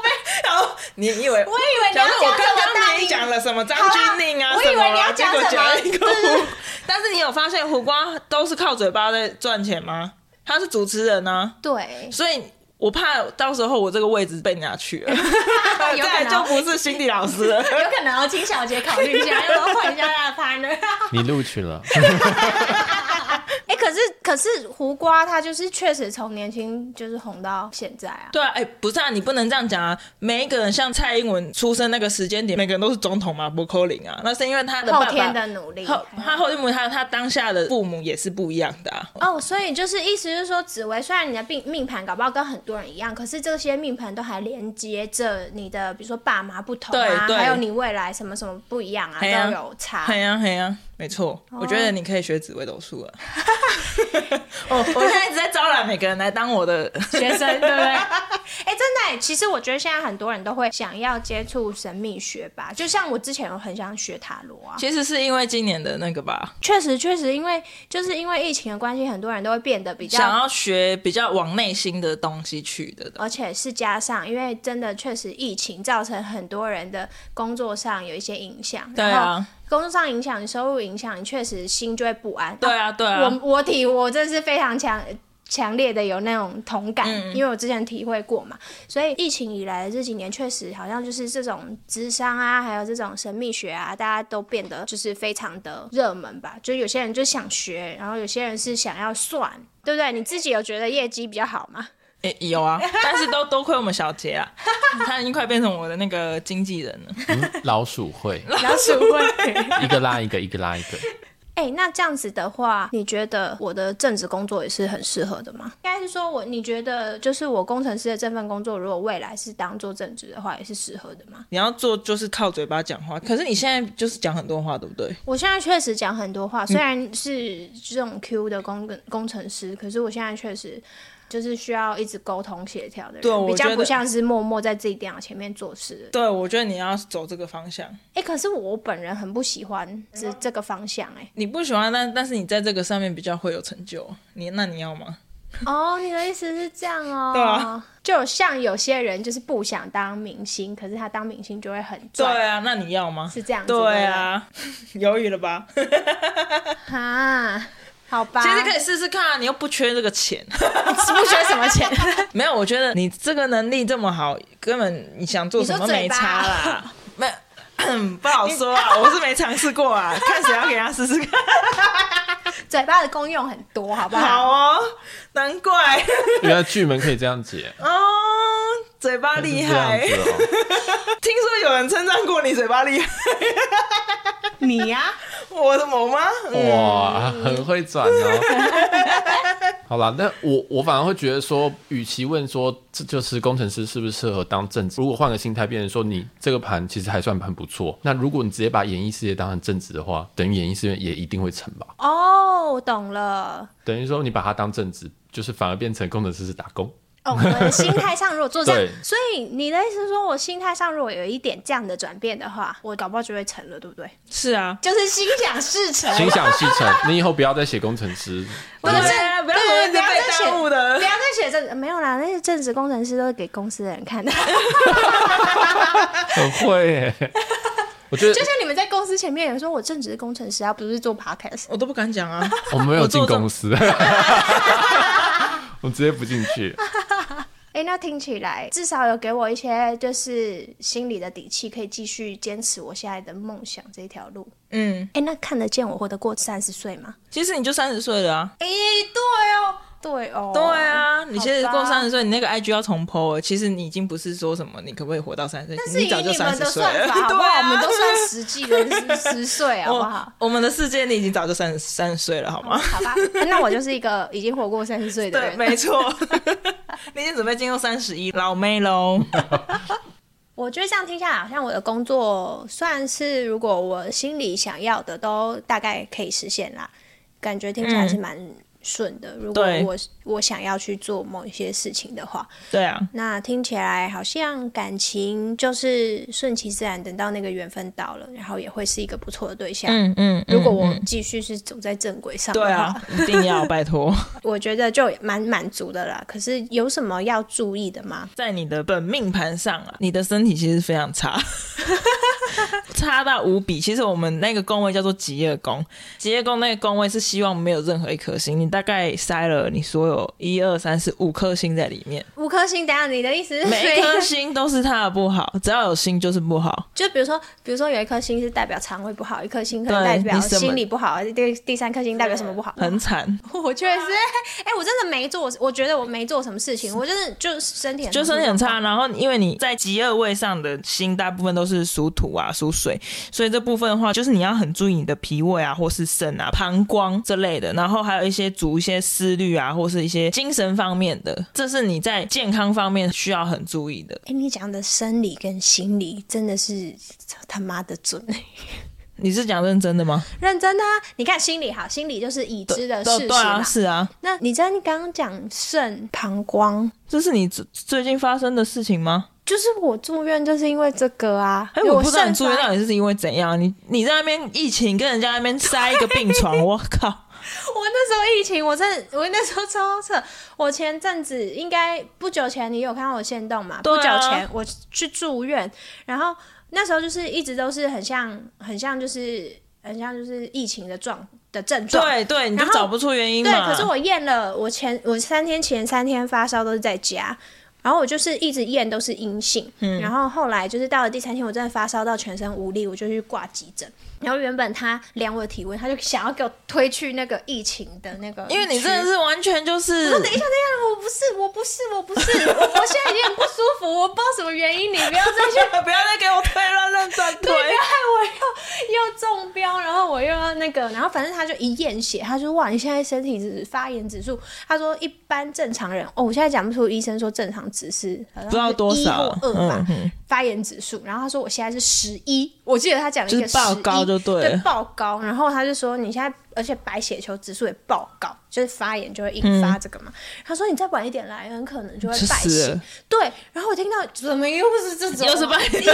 S2: 背，然后你以为
S3: 我以为你
S2: 假
S3: 要
S2: 如我
S3: 讲
S2: 刚
S3: 什么大
S2: 刚
S3: 明
S2: 你讲了什么张
S3: 好啊
S2: 钧甯啊
S3: 我以
S2: 什么
S3: 为你要
S2: 啊，结
S3: 讲
S2: 果
S3: 什
S2: 讲
S3: 么
S2: 了一个胡。但是你有发现胡瓜都是靠嘴巴在赚钱吗？他是主持人呢、
S3: 对，
S2: 所以我怕到时候我这个位置被人家取了，
S3: 有
S2: 再来
S3: 可
S2: 就
S3: 能
S2: 不是心理老师 了。
S3: 有可能哦，请小杰考虑一下，要不要换一下他的 partner。
S1: 你录取了，
S3: 哎、可是可是胡瓜他就是确实从年轻就是红到现在啊。
S2: 对啊，哎、不是啊，你不能这样讲啊！每一个人像蔡英文出生那个时间点，每个人都是总统嘛，不扣零啊，那是因为他的爸
S3: 后
S2: 爸
S3: 天的努力，哎
S2: 后他后天母他他当下的父母也是不一样的啊。
S3: 哦，所以就是意思是说，紫薇虽然你的命命盘搞不好跟很多人一样，可是这些命盘都还连接着你的，比如说爸妈不同
S2: 对
S3: 啊，
S2: 对
S3: 还有你未来什么什么不一样啊，
S2: 哎呀
S3: 都有差。
S2: 嘿呀嘿呀，没错，
S3: 哦
S2: 我觉得你可以学紫微斗数 啊。我我现在一直在招揽每个人来当我 的，
S3: 学生，对不对？哎、真的欸、其实我觉得现在很多人都会想要接触神秘学吧，就像我之前有很想学塔罗啊，
S2: 其实是因为今年的那个吧，
S3: 确实确实，因为就是因为疫情的关系，很多人都会变得比较
S2: 想要学比较往内心的东西去的。
S3: 而且是加上，因为真的确实疫情造成很多人的工作上有一些影响，
S2: 对啊，
S3: 工作上影响、收入影响，你确实心就会不安。
S2: 对啊，对啊，
S3: 我我体我真是非常强强烈的有那种同感，
S2: 嗯
S3: 因为我之前体会过嘛，所以疫情以来的这几年，确实好像就是这种智商啊，还有这种神秘学啊，大家都变得就是非常的热门吧。就有些人就想学，然后有些人是想要算，对不对？你自己有觉得业绩比较好 吗？
S2: 也有啊，但是都多亏我们小杰 啊，他已经快变成我的那个经纪人了。
S1: 嗯老鼠会，
S3: 老鼠会。
S1: 一个拉一个，一个拉一个。
S3: 哎、那这样子的话，你觉得我的正职工作也是很适合的吗？应该是说我，你觉得就是我工程师的这份工作，如果未来是当做正职的话，也是适合的吗？
S2: 你要做就是靠嘴巴讲话，可是你现在就是讲很多话，对不对？
S3: 我现在确实讲很多
S2: 嗯
S3: 话，虽然是这种 Q 的工工程师，可是我现在确实就是需要一直沟通协调的人，
S2: 对我
S3: 比较
S2: 觉
S3: 不
S2: 得
S3: 像是默默在自己电脑前面做事的人。
S2: 对，我觉得你要走这个方向。
S3: 哎、可是我本人很不喜欢这这个方向、哎。
S2: 你不喜欢，但但是你在这个上面比较会有成就。你那你要吗？
S3: 哦，你的意思是这样哦？
S2: 对啊，
S3: 就像有些人就是不想当明星，可是他当明星就会很
S2: 对
S3: 赚，
S2: 啊，那你要吗？
S3: 是这样子
S2: 对，啊，犹豫了 吧？
S3: 对不对哈，好吧，
S2: 其实可以试试看啊，你又不缺这个 钱。
S3: 是不缺什么 钱，
S2: 没有，我觉得你这个能力这么好，根本你想做什
S3: 你
S2: 么
S3: 说嘴
S2: 没
S3: 巴
S2: 差 啦。没 有不好说啊，我是没尝试过啊，看谁要给他试试看。
S3: 嘴巴的功用很多，好不
S2: 好
S3: 好？
S2: 哦，难怪
S1: 原来剧门可以这样解，
S2: 哦，嘴巴
S1: 是
S2: 厉
S1: 这样
S2: 害。
S1: 子哦。
S2: 听说有人称赞过你嘴巴厉害，
S3: 你
S2: 啊
S3: 呀、
S2: 我的某吗？嗯，
S1: 哇，很会转哦。 好啦，那我我反而会觉得说，与其问说这就是工程师适不适合当正职，如果换个心态，变成说你这个盘其实还算盘不错。那如果你直接把演艺事业当成正职的话，等于演艺事业也一定会成吧？
S3: 哦，我懂了。
S1: 等于说你把它当正职，就是反而变成工程师是打工。
S3: 哦，我的心态上如果做这 样
S1: 对，
S3: 所以你的意思是说，我心态上如果有一点这样的转变的话，我搞不好就会成了，对不对？
S2: 是啊，
S3: 就是心想事成，
S1: 心想事成，你以后不要再写工程师，
S3: 不是
S2: 对啊不要
S3: 对
S2: 容易被
S3: 不要再写
S2: 耽误的
S3: 不要再写正没有啦，那些正职工程师都是给公司的人 看的，
S1: 很会耶。我觉得
S3: 就像你们在公司前面有说我正职工程 师啊，不是做 podcast，
S2: 我都不敢讲啊。
S1: 我没有进
S2: 我做这
S1: 公司，我直接不进去。
S3: 哎、那听起来至少有给我一些就是心里的底气，可以继续坚持我现在的梦想这条路。
S2: 嗯，
S3: 哎、那看得见我活得过三十岁吗？
S2: 其实你就三十岁了啊。
S3: 哎、对哦，对哦，
S2: 对啊，你现在过三
S3: 十，
S2: 十岁，你那个 IG 要重 PO 了。其实你已经不是说什么你可不可以活到三十岁，
S3: 但是以
S2: 你早就
S3: 你
S2: 三
S3: 们
S2: 十
S3: 的
S2: 岁了，
S3: 算法好不 好？
S2: 对啊
S3: 我们都算实际 的十岁，好不好？
S2: 我我们的世界你已经早就三十三十岁了，好吗？
S3: 好吧，那我就是一个已经活过三十岁的
S2: 哦对，
S3: 人。
S2: 没 错，你已经准备进入三十一老妹喽。
S3: 我觉得这样听下来，好像我的工作算是如果我心里想要的都大概可以实现啦，感觉听起来是蛮顺的。如果
S2: 嗯对
S3: 我我想要去做某一些事情的话，
S2: 对啊，
S3: 那听起来好像感情就是顺其自然，等到那个缘分到了，然后也会是一个不错的对象。
S2: 嗯嗯，
S3: 如果
S2: 嗯
S3: 我
S2: 嗯
S3: 继续是走在正轨上的话，
S2: 对啊，一定要拜托，
S3: 我觉得就蛮满足的啦。可是有什么要注意的吗？
S2: 在你的本命盘上啊，你的身体其实非常差， 差到无比。其实我们那个宫位叫做极恶宫，极恶宫那个宫位是希望没有任何一颗星，你大概塞了你所有一二三四五颗星在里面，
S3: 五颗星，等一下你的意思是
S2: 每一颗星都是它的不好，只要有星就是不好。
S3: 就比如说，比如说有一颗星是代表肠胃不好，一颗星可能
S2: 对
S3: 代表
S2: 你什么
S3: 心理不好，第第三颗星代表什么不好？
S2: 很惨，
S3: 我确实，哎、我真的没做，我觉得我没做什么事情，我真的就是身体很
S2: 就身体很差。然后因为你在极恶位上的星，大部分都是属土啊、属水，所以这部分的话，就是你要很注意你的脾胃啊，或是肾啊、膀胱这类的。然后还有一些主一些思虑啊，或是一些精神方面的，这是你在健康方面需要很注意的。
S3: 哎、你讲的生理跟心理真的是他妈的准、
S2: 你是讲认真的吗？
S3: 认真的、啊。你看心理好，心理就是已知的事
S2: 对
S3: 实
S2: 对啊，
S3: 嘛。
S2: 是啊，
S3: 那你在你刚刚讲肾、膀胱，
S2: 这是你最最近发生的事情吗？
S3: 就是我住院就是因为这个啊。
S2: 哎、
S3: 因为
S2: 我不知道你
S3: 肾
S2: 住院
S3: 衰
S2: 到底是因为怎样，你你在那边疫情跟人家那边塞一个病 床，我靠！
S3: 我那时候疫情，我真的我那时候超扯。我前阵子应该不久前，你有看到我限动嘛？
S2: 对啊
S3: 不久前我去住院，然后那时候就是一直都是很像，很像就是很像就是疫情的状的症状。
S2: 对对，你就
S3: 然后
S2: 找不出原因
S3: 对，
S2: 嘛。
S3: 可是我验了，我前我三天前三天发烧都是在家，然后我就是一直验都是阴性，
S2: 嗯
S3: 然后后来就是到了第三天，我真的发烧到全身无力，我就去挂急诊。然后原本他量我的体温，他就想要给我推去那个疫情的那个区，
S2: 因为你真的是完全就是，
S3: 等一下，等一下，我不是，我不是，我不是，我我 现在已经很不舒服，我不知道什么原因，你不要再去
S2: 不要再给我推了，认真推
S3: 对，然后我又又中标，然后我又要那个，然后反正他就一验血，他说哇，你现在身体指发炎指数，他说一般正常人，哦，我现在讲不出医生说正常值是好
S2: 不
S3: 像
S2: 知道多少
S3: 一或二吧
S2: 嗯，嗯
S3: 发炎指数，然后他说我现在是十一，我记得他讲了一个
S2: 就是爆
S3: 11
S2: 高就对了
S3: 对，爆高，然后他就说你现在而且白血球指数也爆高，就是发炎就会引发这个嘛，他说你再晚一点来，很可能就会
S2: 就
S3: 败
S2: 嗯死
S3: 血
S2: 了，
S3: 对，然后我听到怎么又是这种，啊
S2: 又是败
S3: 血，哟，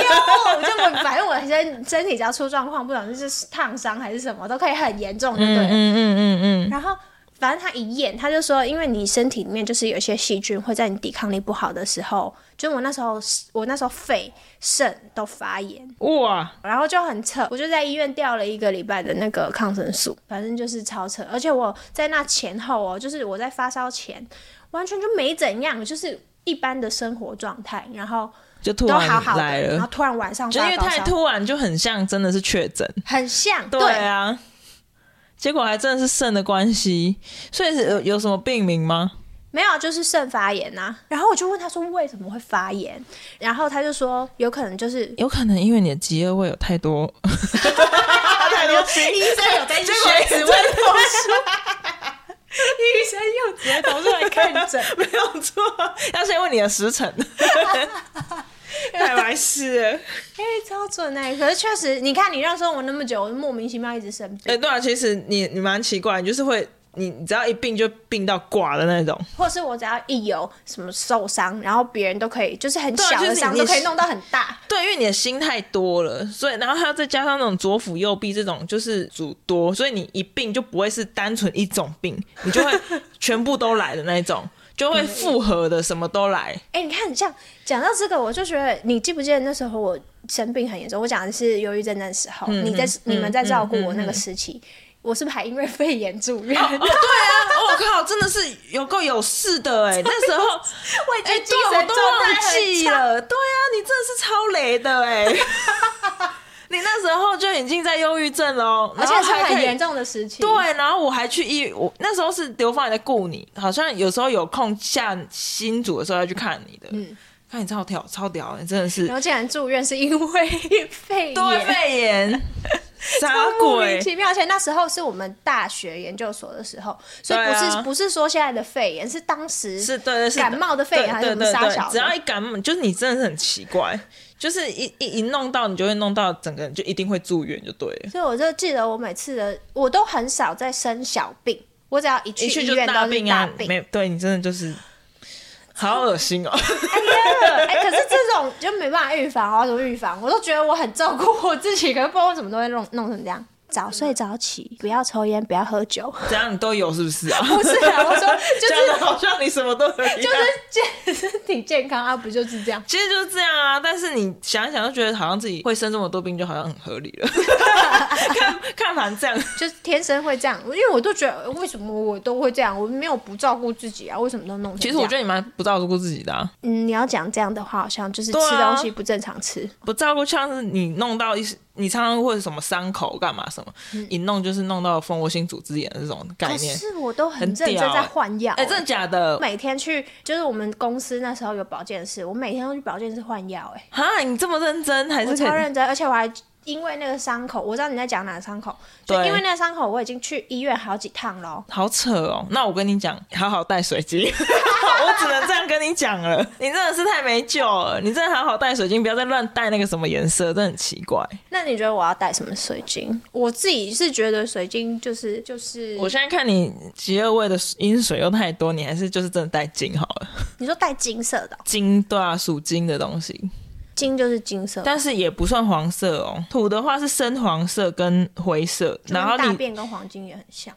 S3: 这么反正我身身体只要出状况，不管是烫伤还是什么，都可以很严重，对不对？
S2: 嗯嗯嗯嗯，
S3: 然后反正他一验，他就说，因为你身体里面就是有一些细菌会在你抵抗力不好的时候，就我那时候我那时候肺肾都发炎，
S2: 哇，
S3: 然后就很扯，我就在医院吊了一个礼拜的那个抗生素，反正就是超扯。而且我在那前后哦，就是我在发烧前完全就没怎样，就是一般的生活状态，然后
S2: 就突
S3: 都好
S2: 然
S3: 好的，
S2: 来
S3: 然后
S2: 了，
S3: 突然晚上
S2: 就
S3: 发
S2: 啊因为
S3: 高
S2: 太
S3: 烧，
S2: 突然，就很像真的是确诊。
S3: 很像，
S2: 对啊，结果还真的是肾的关系，所以是呃有有什么病名吗？
S3: 没有，就是肾发炎呐、然后我就问他说为什么会发炎，然后他就说有可能就是
S2: 有可能因为你的极恶位有太多，太多星，
S3: 医生有在
S2: 哎结果
S3: 学
S2: 只问同
S3: 医生又直接走出来看诊，
S2: 没有错，要先问你的时 辰，太白痴了。
S3: 哎、超准哎、可是确实，你看你让生我那么久，我莫名其妙一直生
S2: 哎、
S3: 病，
S2: 对啊，其实你你蛮奇怪，你就是会，你你只要一病就病到挂的那种。
S3: 或是我只要一有什么受伤，然后别人都可以，就是很
S2: 对啊
S3: 小
S2: 就是
S3: 的
S2: 你
S3: 伤
S2: 你
S3: 都可以
S2: 是
S3: 弄到很大，
S2: 对，因为你的心太多了，所以然后还要再加上那种左辅右臂这种就是主多，所以你一病就不会是单纯一种 病，你就会全部都来的那种，就会复合的，什么都来。
S3: 哎、你看，像讲到这个，我就觉得你记不记得那时候
S2: 嗯
S3: 我生病很严重？我讲的是忧郁症那时候，你在、你们在照顾我那个时期。我是不是还因为肺炎 住院？
S2: 哦我、靠，真的是有够啊有事的哎、那时候
S3: 我已
S2: 哎、
S3: 经精
S2: 对，我
S3: 神
S2: 都
S3: 状态
S2: 忘
S3: 很
S2: 记
S3: 差。
S2: 了。对啊，你真的是超雷的哎、 你那时候就已经在忧郁症喽，
S3: 而且
S2: 然后
S3: 是
S2: 还可以
S3: 很严重的时期。
S2: 对，然后我还去医，我那时候是刘芳也在顾你，好像有时候有空下新组的时候要去看你的，
S3: 嗯
S2: 看你超屌超屌的，你真的是
S3: 然后竟然住院是 因为肺炎，
S2: 对肺 炎，啥
S3: 超莫名
S2: 鬼？
S3: 其妙。而且那时候是我们大学研究所的时候，所以
S2: 对
S3: 不
S2: 啊
S3: 是、不是说现在的肺炎，是当时
S2: 是对对是
S3: 感冒的肺炎还是
S2: 对对
S3: 什么沙
S2: 对
S3: 小
S2: 对，只要一感冒，就是你真的是很奇怪，就是一一一弄到你就会弄到整个人就一定会住院就对了。
S3: 所以我就记得我每次的我都很少在生小病，我只要一去
S2: 一去
S3: 医
S2: 就
S3: 院都
S2: 大
S3: 是
S2: 病
S3: 大
S2: 啊，
S3: 病。
S2: 没有对你真的就是好恶心哦。
S3: 哎、可是这种就没办法预防啊，怎么预防？我都觉得我很照顾我自己，可是不知道为什么都会弄弄成这样。早睡早起，不要抽烟，不要喝酒。
S2: 怎样你都有是不是啊？
S3: 不是啊，我说 就
S2: 讲
S3: 是
S2: 的好像你什么都啊有一 样。
S3: 就是健身体健康啊，不就是这样？
S2: 其实就是这样啊，但是你想一想，就觉得好像自己会生这么多病，就好像很合理了。 看看盘这样，
S3: 就是天生会这样，因为我都觉得为什么我都会这样，我没有不照顾自己啊，为什么都弄成
S2: 其实我觉
S3: 得，
S2: 得你蛮不照顾自己的、啊，
S3: 嗯，你要讲这样的话，好像就是吃
S2: 对啊
S3: 东西不正常吃，
S2: 不照顾像是你弄到一些，你常常会什么伤口干嘛什么，一弄就是弄到蜂窝性组织炎这种概
S3: 可
S2: 念。
S3: 是我都很
S2: 很
S3: 认真
S2: 屌欸
S3: 在换药、
S2: 啊哎、真的假的？
S3: 每天去，就是我们公司那时候有保健室，我每天都去保健室换药、哎，
S2: 啊，你这么认哎真还
S3: 我
S2: 是
S3: 超
S2: 可以？
S3: 认真，而且我还因为那个伤口，我知道你在讲哪个伤口，就
S2: 对
S3: 因为那个伤口，我已经去医院好几趟喽。
S2: 好扯哦！那我跟你讲，好好带水晶， 我只能这样跟你讲了。你真的是太没救了，你真的好好带水晶，不要再乱带那个什么颜色，真的很奇怪。
S3: 那你觉得我要带什么水晶？我自己是觉得水晶就是就是，
S2: 我现在看你极二位的阴水又太多，你还是就是真的带金好了，
S3: 你说带金色的哦、
S2: 金对啊，属金的东西，
S3: 金就是金色，
S2: 但是也不算黄色哦。土的话是深黄色跟灰色，
S3: 就跟
S2: 然后
S3: 大
S2: 你
S3: 便跟黄金也很像。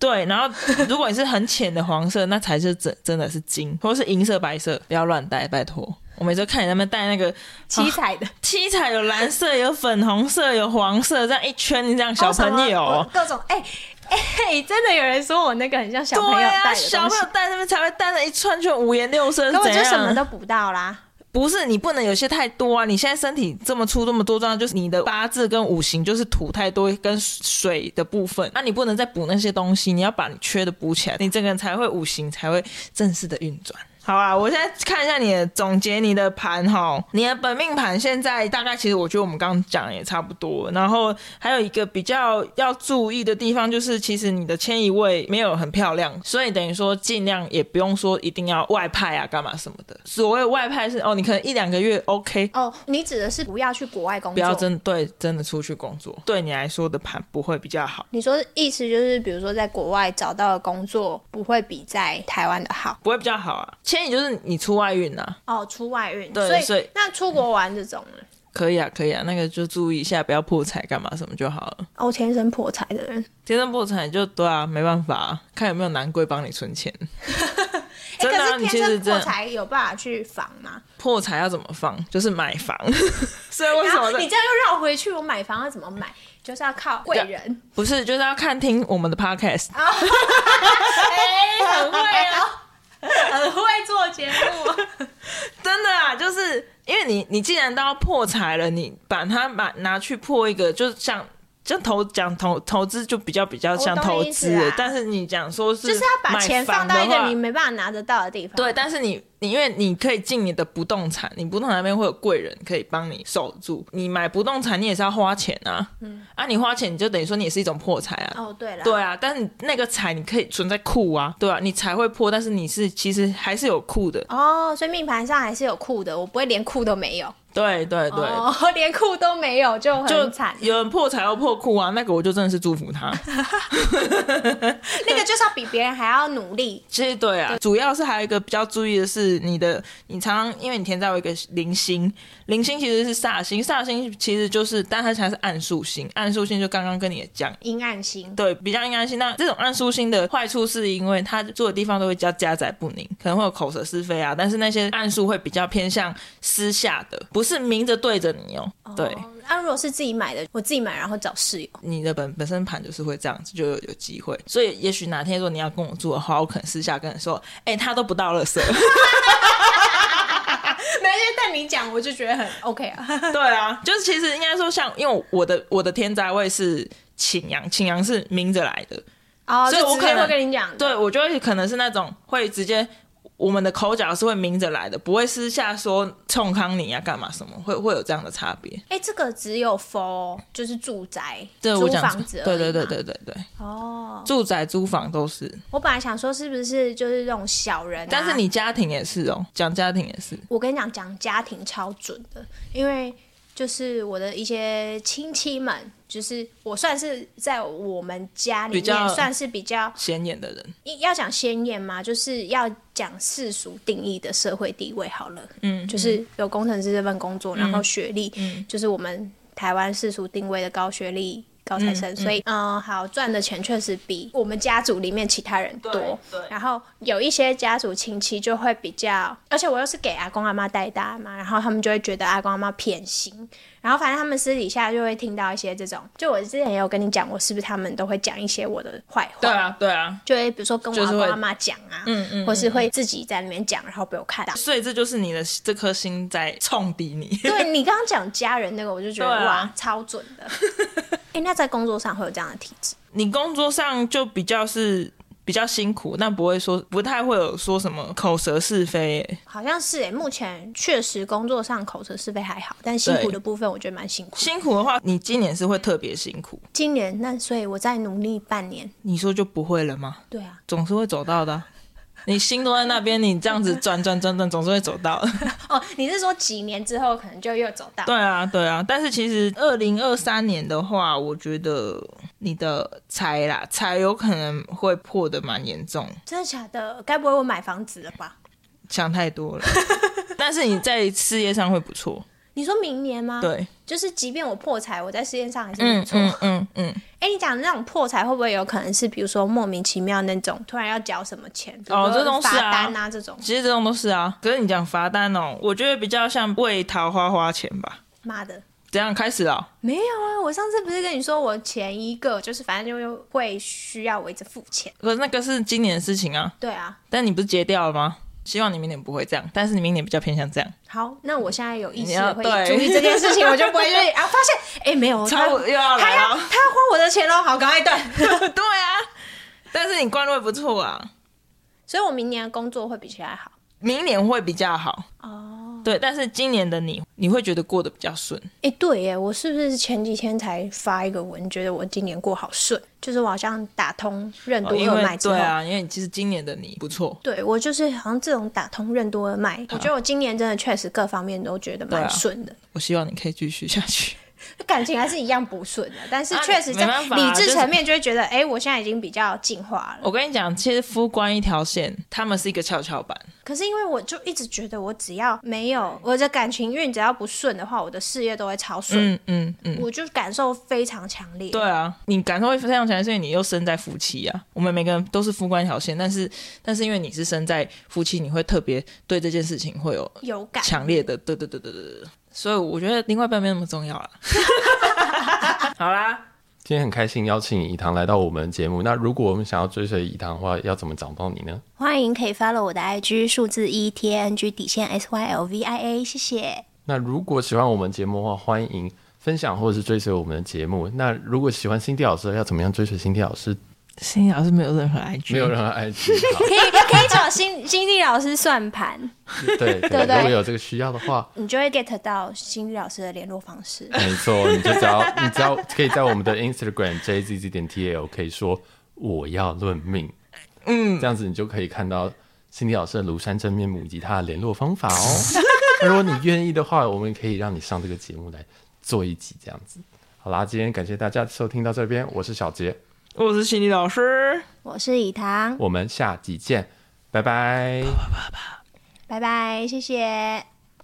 S2: 对，然后如果你是很浅的黄色，那 才是真真的是金，或是银色、白色，不要乱带，拜托。我每次看你那边带那个
S3: 七彩 的
S2: 七彩，有蓝色，有粉红色，有黄色，这样一圈，你这样小朋友。
S3: 哦什么各种哎哎、真的有人说我那个很像小朋友
S2: 对啊，
S3: 戴的
S2: 小
S3: 东
S2: 朋
S3: 西
S2: 友，带那边才会带着一串圈五颜六色，
S3: 可我
S2: 怎
S3: 就
S2: 样？
S3: 什么都补到啦。
S2: 不是你不能有些太多啊！你现在身体这么粗这么多状，就是你的八字跟五行就是土太多跟水的部分，那、你不能再补那些东西，你要把你缺的补起来，你整个人才会五行才会正式的运转。好啊，我现在看一下你的总结你的盘哈，你的本命盘现在大概其实我觉得我们刚刚讲也差不多，然后还有一个比较要注意的地方就是，其实你的迁移位没有很漂亮，所以等于说尽量也不用说一定要外派啊干嘛什么的。所谓外派是哦，你可能一两个月 OK，
S3: 哦，你指的是不要去国外工
S2: 不要
S3: 作？
S2: 真对真的出去工作，对你来说的盘不会比较好。
S3: 你说意思就是，比如说在国外找到的工作不会比在台湾的好
S2: 不会比较好啊，迁移就是你出外运啊，
S3: 哦，出外运。
S2: 对
S3: 所以
S2: 所以
S3: 那出国玩这种呢，
S2: 可以啊，可以啊，那个就注意一下，不要破财干嘛什么就好了。
S3: 哦，天生破财的人，
S2: 天生破产就对啊，没办法、啊，看有没有男贵帮你存钱。
S3: 哎
S2: 真的、啊，
S3: 可
S2: 你
S3: 是
S2: 其
S3: 天
S2: 实
S3: 生
S2: 真
S3: 破
S2: 的
S3: 财有办法去防吗？
S2: 破财要怎么放？就是买房。 所以为什
S3: 然后
S2: 么
S3: 你
S2: 在
S3: 这样又绕回去，我买房要怎么买？就是要靠贵人。
S2: 不是就是要看听我们的 podcast？
S3: 哎、很会哦，很会做节目。
S2: 真的啊，就是因为你你既然都要破财了，你把它把拿去破一个，就是像。就投讲投投资就比较比较像
S3: 我懂
S2: 投
S3: 你意思
S2: 资了，
S3: 啊
S2: 但是你讲说是
S3: 就是要把
S2: 买
S3: 钱放
S2: 房的
S3: 到一个
S2: 话
S3: 你没办法拿得到的地方。
S2: 对，但是你你因为你可以进你的不动产，你不动产那边会有贵人可以帮你守住。你买不动产，你也是要花钱啊，嗯，啊，你花钱你就等于说你也是一种破财啊。
S3: 哦，对了，
S2: 对啊，但是你那个财你可以存在库啊，对啊，你才会破，但是你是其实还是有库的，
S3: 哦，所以命盘上还是有库的，我不会连库都没有。
S2: 对对对，
S3: 哦， 连库都没有就
S2: 就
S3: 很惨。
S2: 有人破财又破库啊，那个我就真的是祝福他。
S3: 那个就是要比别人还要努力。
S2: 其实对啊，主要是还有一个比较注意的是，你的你常常因为你天在有一个零星，零星其实是煞星，煞星其实就是，但它才是暗数星，暗数星就刚刚跟你也讲。
S3: 阴暗星，
S2: 对，比较阴暗星。那这种暗数星的坏处是因为它住的地方都会比较家宅不宁，可能会有口舌是非啊。但是那些暗数会比较偏向私下的，不不是明着对着你哦。对，
S3: 哦那、如果是自己买的，我自己买，然后找室友，
S2: 你的本本身盘就是会这样子，就有有机会。所以也许哪天如果你要跟我住的话，我可能私下跟你说，哎、他都不到垃圾。
S3: 没事，但你讲我就觉得很 OK 啊。
S2: 对啊， 就是其实应该说像，因为我的我的天灾位是秦阳，秦阳是明着来的，
S3: 哦，
S2: 所以
S3: 就
S2: 我
S3: 直
S2: 可
S3: 接
S2: 能
S3: 会跟你讲，
S2: 对，我就会可能是那种会直接。我们的口角是会明着来的，不会私下说冲康你啊干嘛什么，会会有这样的差别。
S3: 哎、这个只有 for 就是住宅
S2: 对
S3: 租
S2: 我讲
S3: 房子，
S2: 对对对。对对对，
S3: 哦，
S2: 住宅租房都是，
S3: 我本来想说是不是就是这种小人、啊，
S2: 但是你家庭也是哦，讲家庭也是，
S3: 我跟你讲，讲家庭超准的，因为就是我的一些亲戚们，就是我算是在我们家里
S2: 比较
S3: 面算是比较
S2: 显眼的人，
S3: 一要讲鲜艳嘛，就是要讲世俗定义的社会地位好了。
S2: 嗯，
S3: 就是有工程师这份工作，然后学历，
S2: 嗯
S3: 就是我们台湾世俗定位的高学历。高材生，
S2: 嗯嗯
S3: 所以嗯、呃好赚的钱确实比我们家族里面其他人多。
S2: 对对
S3: 然后有一些家族亲戚就会比较，而且我又是给阿公阿妈带大嘛，然后他们就会觉得阿公阿妈偏心。然后反正他们私底下就会听到一些这种，就我之前也有跟你讲，我是不是他们都会讲一些我的坏话？
S2: 对啊对啊，
S3: 就会比如说跟我
S2: 就
S3: 阿
S2: 是会
S3: 公阿妈讲啊，嗯嗯，或是会自己在里面讲，然后被我看 到。
S2: 所以这就是你的这颗心在冲抵你。
S3: 对你刚刚讲家人那个，我就觉得、
S2: 对啊
S3: 哇，超准的。哎、那在工作上会有这样的体质？
S2: 你工作上就比较是比较辛苦，但不会说不太会有说什么口舌是非耶、
S3: 好像是哎、目前确实工作上口舌是非还好，但辛苦
S2: 对
S3: 的部分我觉得蛮辛苦。
S2: 辛苦的话，你今年是会特别辛苦，
S3: 今年那所以我再努力半年。
S2: 你说就不会了吗？
S3: 对啊，
S2: 总是会走到的啊、 你心都在那边，你这样子转转转转，总是会走到的。
S3: 哦，你是说几年之后可能就又走到？
S2: 对啊，对啊。但是其实二零二三年的话，我觉得你的财啦，财有可能会破的蛮严重，
S3: 真的假的？该不会我买房子了吧？
S2: 想太多 了。但是你在事业上会不错，
S3: 你说明年吗？，
S2: 对，
S3: 就是即便我破财，我在事业上还是
S2: 啊嗯
S3: 不错。
S2: 嗯嗯嗯，
S3: 哎、你讲的那种破财会不会有可能是，比如说莫名其妙那种突然要缴什么钱，比如
S2: 哦
S3: 说
S2: 这种是
S3: 罚
S2: 啊
S3: 单啊这种，
S2: 其实这种都是啊。可是你讲罚单哦，我觉得比较像为桃花花钱吧。
S3: 妈的，
S2: 怎样开始了？
S3: 没有啊！我上次不是跟你说，我前一个就是反正就会需要我一直付钱，
S2: 可是那个是今年的事情啊，
S3: 对啊。
S2: 但你不是结掉了吗？希望你明年不会这样，但是你明年比较偏向这样，
S3: 好，那我现在有意
S2: 你
S3: 识
S2: 要
S3: 地会
S2: 对
S3: 注意这件事情，我就不会 去啊。发现哎、没有，他
S2: 超哦又要
S3: 他
S2: 来
S3: 要他要
S2: 了。
S3: 花我的钱哦喽，好，赶快断。
S2: 对啊，但是你官位不错啊，
S3: 所以我明年的工作会比现在好
S2: 明年会比较好。
S3: 哦。
S2: 对，但是今年的你，你会觉得过得比较顺。
S3: 哎、对耶，我是不是前几天才发一个文，觉得我今年过好顺，就是我好像打通任督
S2: 因
S3: 二脉
S2: 为
S3: 之后。
S2: 对啊，因为你其实今年的你不错，
S3: 对我就是好像这种打通任督二脉，我觉得我今年真的确实各方面都觉得
S2: 啊对
S3: 蛮
S2: 啊
S3: 顺的，
S2: 我希望你可以继续下 去。
S3: 感情还是一样不顺的，但是
S2: 啊
S3: 确实
S2: 没
S3: 在
S2: 办法
S3: 理
S2: 就
S3: 智
S2: 是
S3: 层面就会觉得，哎、我现在已经比较进化了。
S2: 我跟你讲，其实夫官一条线，他们是一个跷跷板。
S3: 可是因为我就一直觉得，我只要没有我的感情运只要不顺的话，我的事业都会超顺，
S2: 嗯嗯嗯，
S3: 我就感受非常强烈。
S2: 对啊，你感受会非常强烈，所以你又生在夫妻啊。我们每个人都是夫官一条线，但是但是因为你是生在夫妻，你会特别对这件事情会有
S3: 有感，
S2: 强烈的，对对对对对对对。所以我觉得另外一半没那么重要了。 好啦，
S1: 今天很开心邀请以堂来到我们节目。那如果我们想要追随以堂的话，要怎么找到你呢？
S3: 欢迎可以 follow 我的 IG 数字一 T N G 底线 S Y L V I A，谢谢。
S1: 那如果喜欢我们节目的话，欢迎分享或者是追随我们的节目。那如果喜欢辛迪老师，要怎么样追随辛迪老师？
S2: 新老师没有任何 IG，
S1: 没有任何 IG，好
S3: 可以可以找心心地老师算盘。
S1: 对对，
S3: 对对
S1: 如果有这个需要的话，
S3: 你就会 get 到心理老师的联络方式。
S1: 没错，你就只要 你只要可以在我们的 Instagram JZZ 点 TL 可以说我要论命，嗯，这样子你就可以看到辛迪老师的庐山真面目以及他的联络方法哦。 那如果你愿意的话，我们可以让你上这个节目来做一集这样子。好啦，今天感谢大家收听到这边，我是小杰，
S2: 我是心理老师。
S3: 我是以堂，
S1: 我们下集见，拜拜。
S3: 拜拜，谢谢。